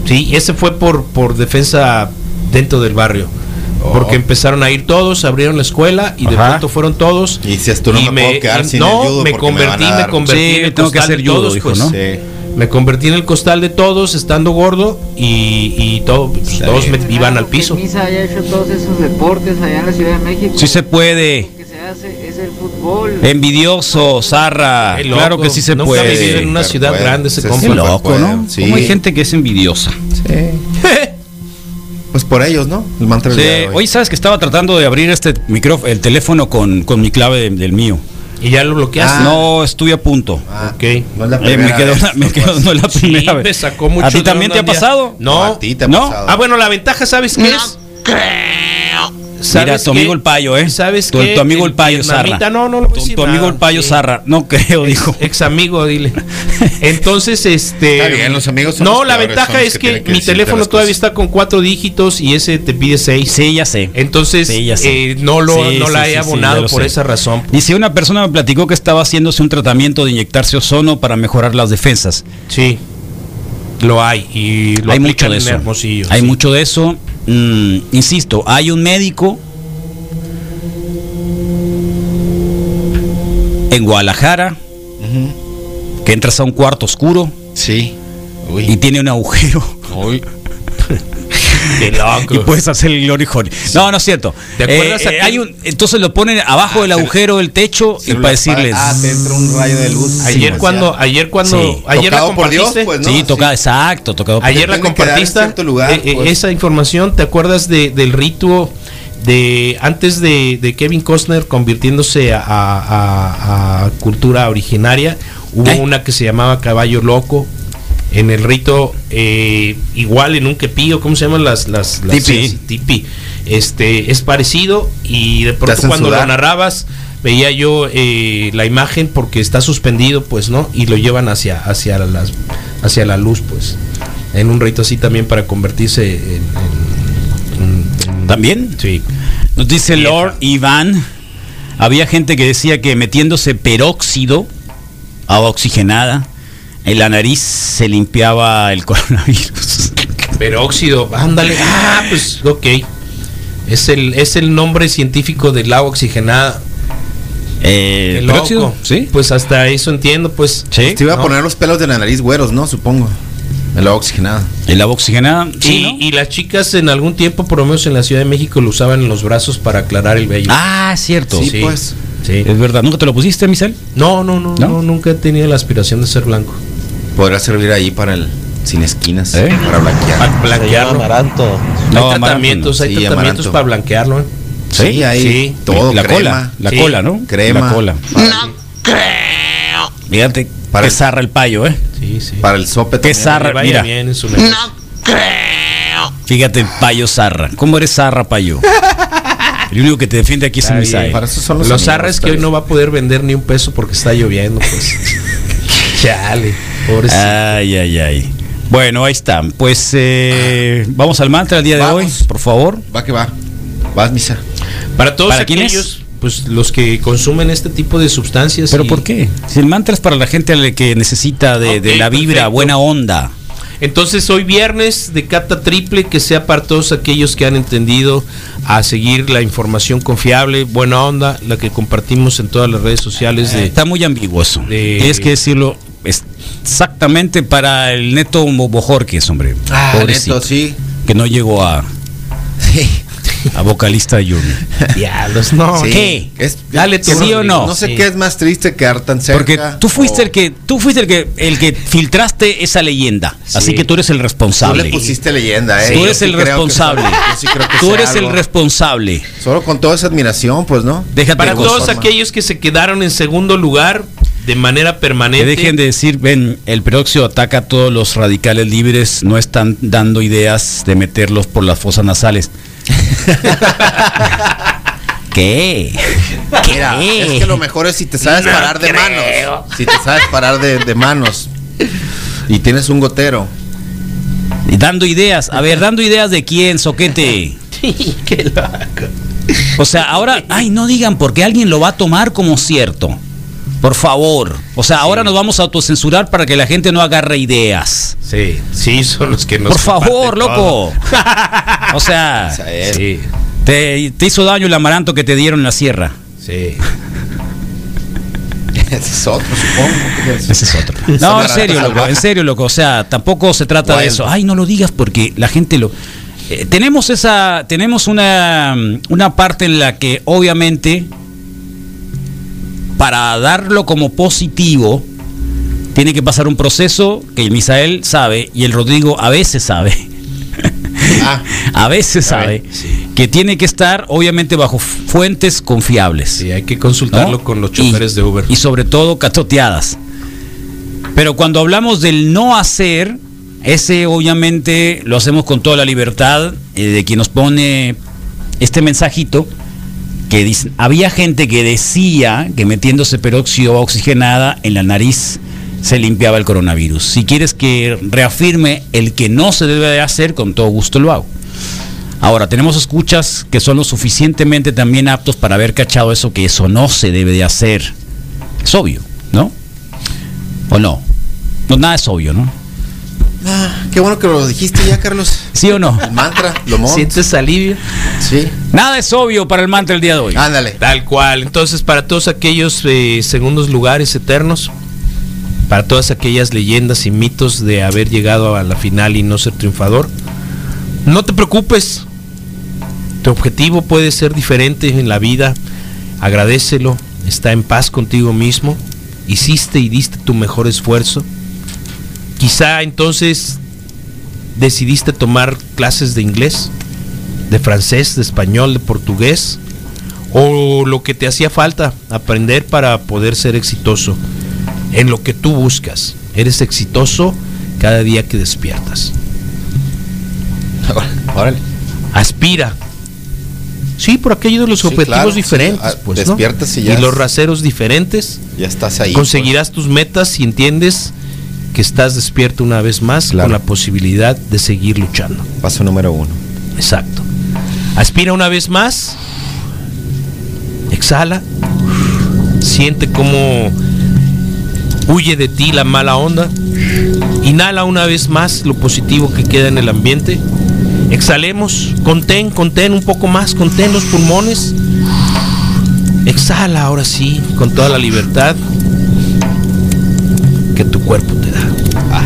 G: sí, ese fue por, por defensa dentro del barrio.
H: Oh.
G: Porque empezaron a ir todos, abrieron la escuela y de
E: Ajá.
G: pronto fueron todos.
H: Y decías, tú, no
G: Y
H: me puedo quedar
G: y
H: sin
G: no,
H: el judo
G: me
H: porque me
G: convertí,
H: van a
G: me,
H: dar-
G: convertí
E: Sí,
G: en el
E: tengo que
G: costal
E: hacer
G: de
E: judo,
G: todos,
E: dijo,
G: pues.
E: ¿no?
H: Sí.
G: Me convertí en el costal de todos, estando gordo y, y todo- pues, todos me iban al piso.
K: Misa haya hecho todos esos deportes allá en la Ciudad de México.
E: Sí se puede.
K: Lo que se hace es el fútbol.
E: Envidioso, zarra.
G: Qué
E: Claro
G: loco.
E: que sí se
G: Nunca he vivido en
E: puede.
G: una
H: Super
G: ciudad
H: puede.
G: grande, ese
H: Sí,
G: compa.
E: Qué
H: Super
E: loco,
H: puede,
E: ¿no?
H: sí.
E: Como hay gente que es envidiosa.
H: Pues por ellos, ¿no? El mantra del día de
E: Sí, Oye, sabes que estaba tratando de abrir este micrófono, el teléfono con, con mi clave de- del mío. Ah,
G: Y ya lo bloqueaste.
E: No, estuve a punto.
H: Ah,
G: ok.
H: No es la
E: Eh,
H: primera
E: me quedó,
H: vez.
E: la- me quedó no la
G: Sí,
E: primera
G: me
E: vez.
G: sacó mucho
E: ¿A ti
G: de
E: también
G: onda
E: te ha
G: un día.
E: pasado?
G: No.
H: A ti te ha
E: No.
H: pasado.
G: Ah, bueno, la ventaja, ¿sabes qué es?
E: Mira, tu amigo el payo, ¿eh?
G: ¿Sabes
E: tu,
G: qué?
E: tu amigo
G: El
E: el payo
G: vietnamita,
E: Zarra.
G: no, no le voy a
E: Tu-
G: decir
E: tu amigo
G: nada,
E: el payo
G: sí.
E: Zarra. No creo, dijo.
G: Ex amigo, dile. Entonces, este.
H: Está bien, los amigos son
G: No,
H: los
G: la
H: peores, son
G: ventaja
H: los
G: es
H: que
G: que,
H: tienen que
G: mi
H: decirte
G: teléfono
H: las
G: todavía
H: cosas.
G: está con cuatro dígitos y ese te pide seis.
E: Sí, ya sé.
G: Entonces,
E: Sí, ya sé.
G: eh, no, lo,
E: Sí,
G: no
E: sí,
G: la
E: sí,
G: he
E: sí, ya
G: abonado
E: lo
G: por
E: sé.
G: esa razón.
E: Dice, una persona me platicó que estaba haciéndose un tratamiento de inyectarse ozono para mejorar las defensas.
G: Sí. Lo hay. Y lo
E: hay
G: aplican
E: mucho de
G: en
E: eso.
G: Hermosillo,
E: hay
G: sí.
E: mucho de eso. Mm, insisto, hay un médico en Guadalajara que entras a un cuarto oscuro
H: Sí.
E: y
H: Uy.
E: tiene un agujero.
H: Uy.
G: Qué loco.
E: y puedes hacer el glory hole. No, no es cierto.
G: ¿Te acuerdas
E: Eh, eh,
G: aquel- Ah,
E: hay un, entonces lo ponen abajo del agujero del techo y para decirles.
H: Ah, te entra un rayo de luz.
G: Ayer
H: Sí,
G: cuando,
H: o sea,
G: ayer cuando,
E: Sí.
G: ayer la
H: Tocado por Dios,
G: compartiste.
H: pues, ¿no?
E: sí,
H: Así.
G: Ah,
E: tocado, exacto, tocado. por-
G: Ayer
H: Tiene
G: la
H: que dar en
G: compartiste.
H: cierto lugar,
G: eh, eh,
H: pues.
G: Esa información, ¿te acuerdas de- del rito de antes de, de Kevin Costner convirtiéndose a, a- a- a cultura originaria? Hubo
E: ¿Eh?
G: una que se llamaba Caballo Loco. En el rito, eh, igual en un quepillo, ¿cómo se llaman las, las, las-
H: Tipi.
G: sí, tipi? Este, es parecido y de pronto
H: hacen
G: cuando lo
H: sudar.
G: narrabas veía yo eh, la imagen porque está suspendido, pues, ¿no? Y lo llevan hacia, hacia, las, hacia la luz, pues. En un rito así también para convertirse en... en- en-
E: ¿También?
G: Sí.
E: Nos dice
G: Vieja.
E: Lord Iván. Había gente que decía que metiéndose peróxido, agua oxigenada, en la nariz se limpiaba el coronavirus.
G: Peróxido, ándale. Ah, pues, ok. Es el, es el nombre científico del agua oxigenada.
E: Eh,
G: Qué
E: ¿Peróxido?
G: loco. Pues hasta eso entiendo, pues.
E: Sí.
H: Te iba a
G: No.
H: poner los pelos de la nariz güeros, ¿no? Supongo. El agua oxigenada.
E: El agua oxigenada.
G: Y, y las chicas en algún tiempo, por lo menos en la Ciudad de México, lo usaban en los brazos para aclarar el vello.
E: Ah, cierto.
H: Sí, pues.
G: Sí.
E: Es verdad. ¿Nunca te lo pusiste, Michel?
G: No, no, no,
E: ¿No?
G: no, nunca he tenido la aspiración de ser blanco.
H: Podrá servir ahí para el sin esquinas,
E: ¿Eh?
H: para blanquear.
G: Para blanquearlo.
F: Amaranto.
E: No,
G: hay
E: amaranto
G: tratamientos, hay
H: Sí,
G: tratamientos
H: amaranto.
G: para blanquearlo. ¿eh?
H: Sí, ahí
G: sí.
H: todo
E: la
H: crema.
E: cola. La
G: Sí.
E: cola, ¿no?
H: Crema.
E: La cola.
H: Para,
E: Fíjate,
H: Para
E: qué
H: el-
E: zarra el payo, ¿eh?
G: Sí, sí.
H: para el sope
E: Qué
H: también.
E: sa-
G: Que le vaya
E: mira.
G: bien en su negocio.
E: Fíjate, el payo zarra. ¿Cómo eres zarra, payo? El único que te defiende aquí es
G: Está
E: el
G: bien.
E: Misael.
H: Para eso son los,
G: Los,
H: pues, amigos,
G: arres que hoy
H: tal
G: no va a poder vender ni un peso porque está lloviendo, pues. Chale, pobrecito.
E: Ay, ay, ay. Bueno, ahí están. Pues eh, vamos al mantra el día de
H: Vamos.
E: hoy, por favor.
H: vez. Va que va. Vas, misa.
G: para todos
E: ¿para quién
G: aquellos, pues los que consumen este tipo de sustancias.
E: ¿Pero
G: y-
E: por qué? Si el mantra es para la gente a la que necesita de, de
G: Ok,
E: la vibra,
G: perfecto.
E: buena onda.
G: Entonces hoy viernes de Cata Triple, que sea para todos aquellos que han entendido a seguir la información confiable, buena onda, la que compartimos en todas las redes sociales de
E: Eh, Está muy ambiguo eso.
G: de-
E: Tienes que decirlo es- exactamente para el neto Mo- Bojorquez, hombre. Pobrecito,
H: Ah, sí.
E: Que no llegó a,
H: Sí.
E: a vocalista de Journey.
G: diablos, no.
H: Sí.
E: ¿Qué?
H: Es-
E: Dale tú, ¿Sí o no?
H: No sé
G: Sí.
H: qué es más triste quedar tan cerca. Oh.
E: Porque tú fuiste
H: o-
E: el que tú fuiste el que el que filtraste esa leyenda, así que tú eres el
H: Tú
E: responsable.
H: le pusiste leyenda, ¿eh?
E: Tú
H: Yo
E: eres
H: sí
E: el
H: creo que-
E: responsable.
H: yo sí creo que
E: Tú
H: sea
E: eres el
H: algo.
E: responsable.
H: Solo con toda esa admiración, pues, ¿no?
E: Déjate
G: Para
E: gozar.
G: todos aquellos que se quedaron en segundo lugar de manera
E: Que
G: permanente.
E: dejen de decir, ven, el peróxido ataca a todos los radicales libres, no están dando ideas de meterlos por las fosas nasales. ¿Qué? ¿Qué?
H: Mira, es que lo mejor es si te sabes parar de manos. Si te sabes parar de, de manos. Y tienes un gotero.
E: Y Dando ideas, a ver, dando ideas de quién, soquete.
G: Qué loco.
E: O sea, ahora, ay, no digan porque alguien lo va a tomar como cierto. Por favor. O sea, ahora nos vamos a autocensurar para que la gente no agarre ideas.
G: Sí, sí, son los que nos
E: Por favor,
G: comparten todo.
E: loco. O sea,
G: Sí,
E: te, te hizo daño el amaranto que te dieron en la sierra.
G: sí.
H: Ese es otro, supongo.
E: Ese es otro. No, en
H: Amaranto
E: serio, loco,
H: salvaje.
E: en serio, loco. O sea, tampoco se trata de
H: Wild.
E: eso. Ay, no lo digas porque la gente lo. Eh, tenemos esa. Tenemos una, una parte en la que, obviamente, para darlo como positivo, tiene que pasar un proceso que el Misael sabe y el Rodrigo a veces sabe.
H: Ah,
E: A veces
G: A ver,
E: sabe
G: sí.
E: que tiene que estar, obviamente, bajo fuentes confiables.
G: Sí, hay que consultarlo
E: ¿no?
G: con los choferes
E: Y-
G: de Uber.
E: Y sobre todo catoteadas. Pero cuando hablamos del no hacer, ese obviamente lo hacemos con toda la libertad eh, de quien nos pone este mensajito que dice, había gente que decía que metiéndose peróxido oxigenada en la nariz se limpiaba el coronavirus. Si quieres que reafirme el que no se debe de hacer, con todo gusto lo hago. Ahora, tenemos escuchas que son lo suficientemente también aptos para haber cachado eso, que eso no se debe de hacer. Es obvio, ¿no? ¿O no? No, nada es obvio, ¿no?
H: ah, qué bueno que lo dijiste ya, Carlos.
E: ¿Sí o no?
H: El mantra, lo mon.
G: ¿Sientes alivio?
H: Sí.
E: Nada es obvio para el mantra el día de hoy.
H: Ándale.
G: Tal cual. Entonces, para todos aquellos eh, segundos lugares eternos, para todas aquellas leyendas y mitos de haber llegado a la final y no ser triunfador, No te preocupes. Tu objetivo puede ser diferente en la vida. Agradecelo. Está en paz contigo mismo. Hiciste y diste tu mejor esfuerzo. Quizá entonces decidiste tomar clases de inglés, de francés, de español, de portugués, o lo que te hacía falta aprender para poder ser exitoso en lo que tú buscas. Eres exitoso cada día que despiertas.
H: Órale.
G: Aspira. Sí, por aquello de los
H: Sí,
G: objetivos
H: claro, sí,
G: diferentes,
H: ah,
G: pues, ¿no?
H: despiertas y ya
G: los
H: es-
G: raseros diferentes.
H: Ya estás ahí. pues.
G: Conseguirás tus metas si entiendes que estás despierto una vez más con la posibilidad de seguir luchando.
H: Paso número uno.
G: Exacto. Aspira una vez más. Exhala. Siente cómo huye de ti la mala onda. Inhala una vez más lo positivo que queda en el ambiente. Exhalemos. Contén, contén un poco más. Contén los pulmones. Exhala ahora sí, con toda la libertad que tu cuerpo te da. Ah.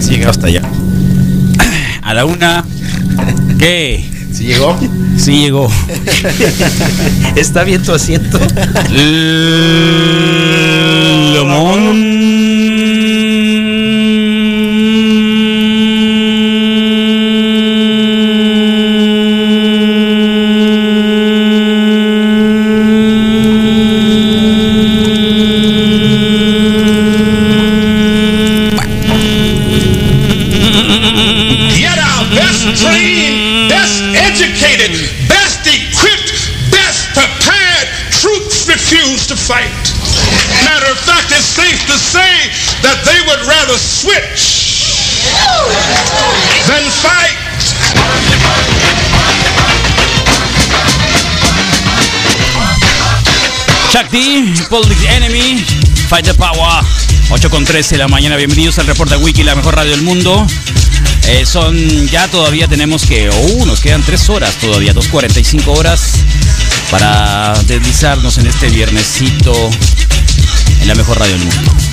H: Si llegado hasta allá.
E: A la una. ¿Qué?
H: Si llegó.
E: Sí llegó.
G: ¿Está bien tu asiento?
E: Lomón.
L: Get our best trained, best educated, best equipped, best prepared troops refuse to fight. Matter of fact, it's safe to say that they would rather switch than fight.
E: Chuck D, Public Enemy, Fight the Power. 8 con 13 de la mañana, bienvenidos al Reporta Wiki, la mejor radio del mundo. Eh, son, ya todavía tenemos que, uh, nos quedan 3 horas todavía, 2.45 horas para deslizarnos en este viernesito en la mejor radio del mundo.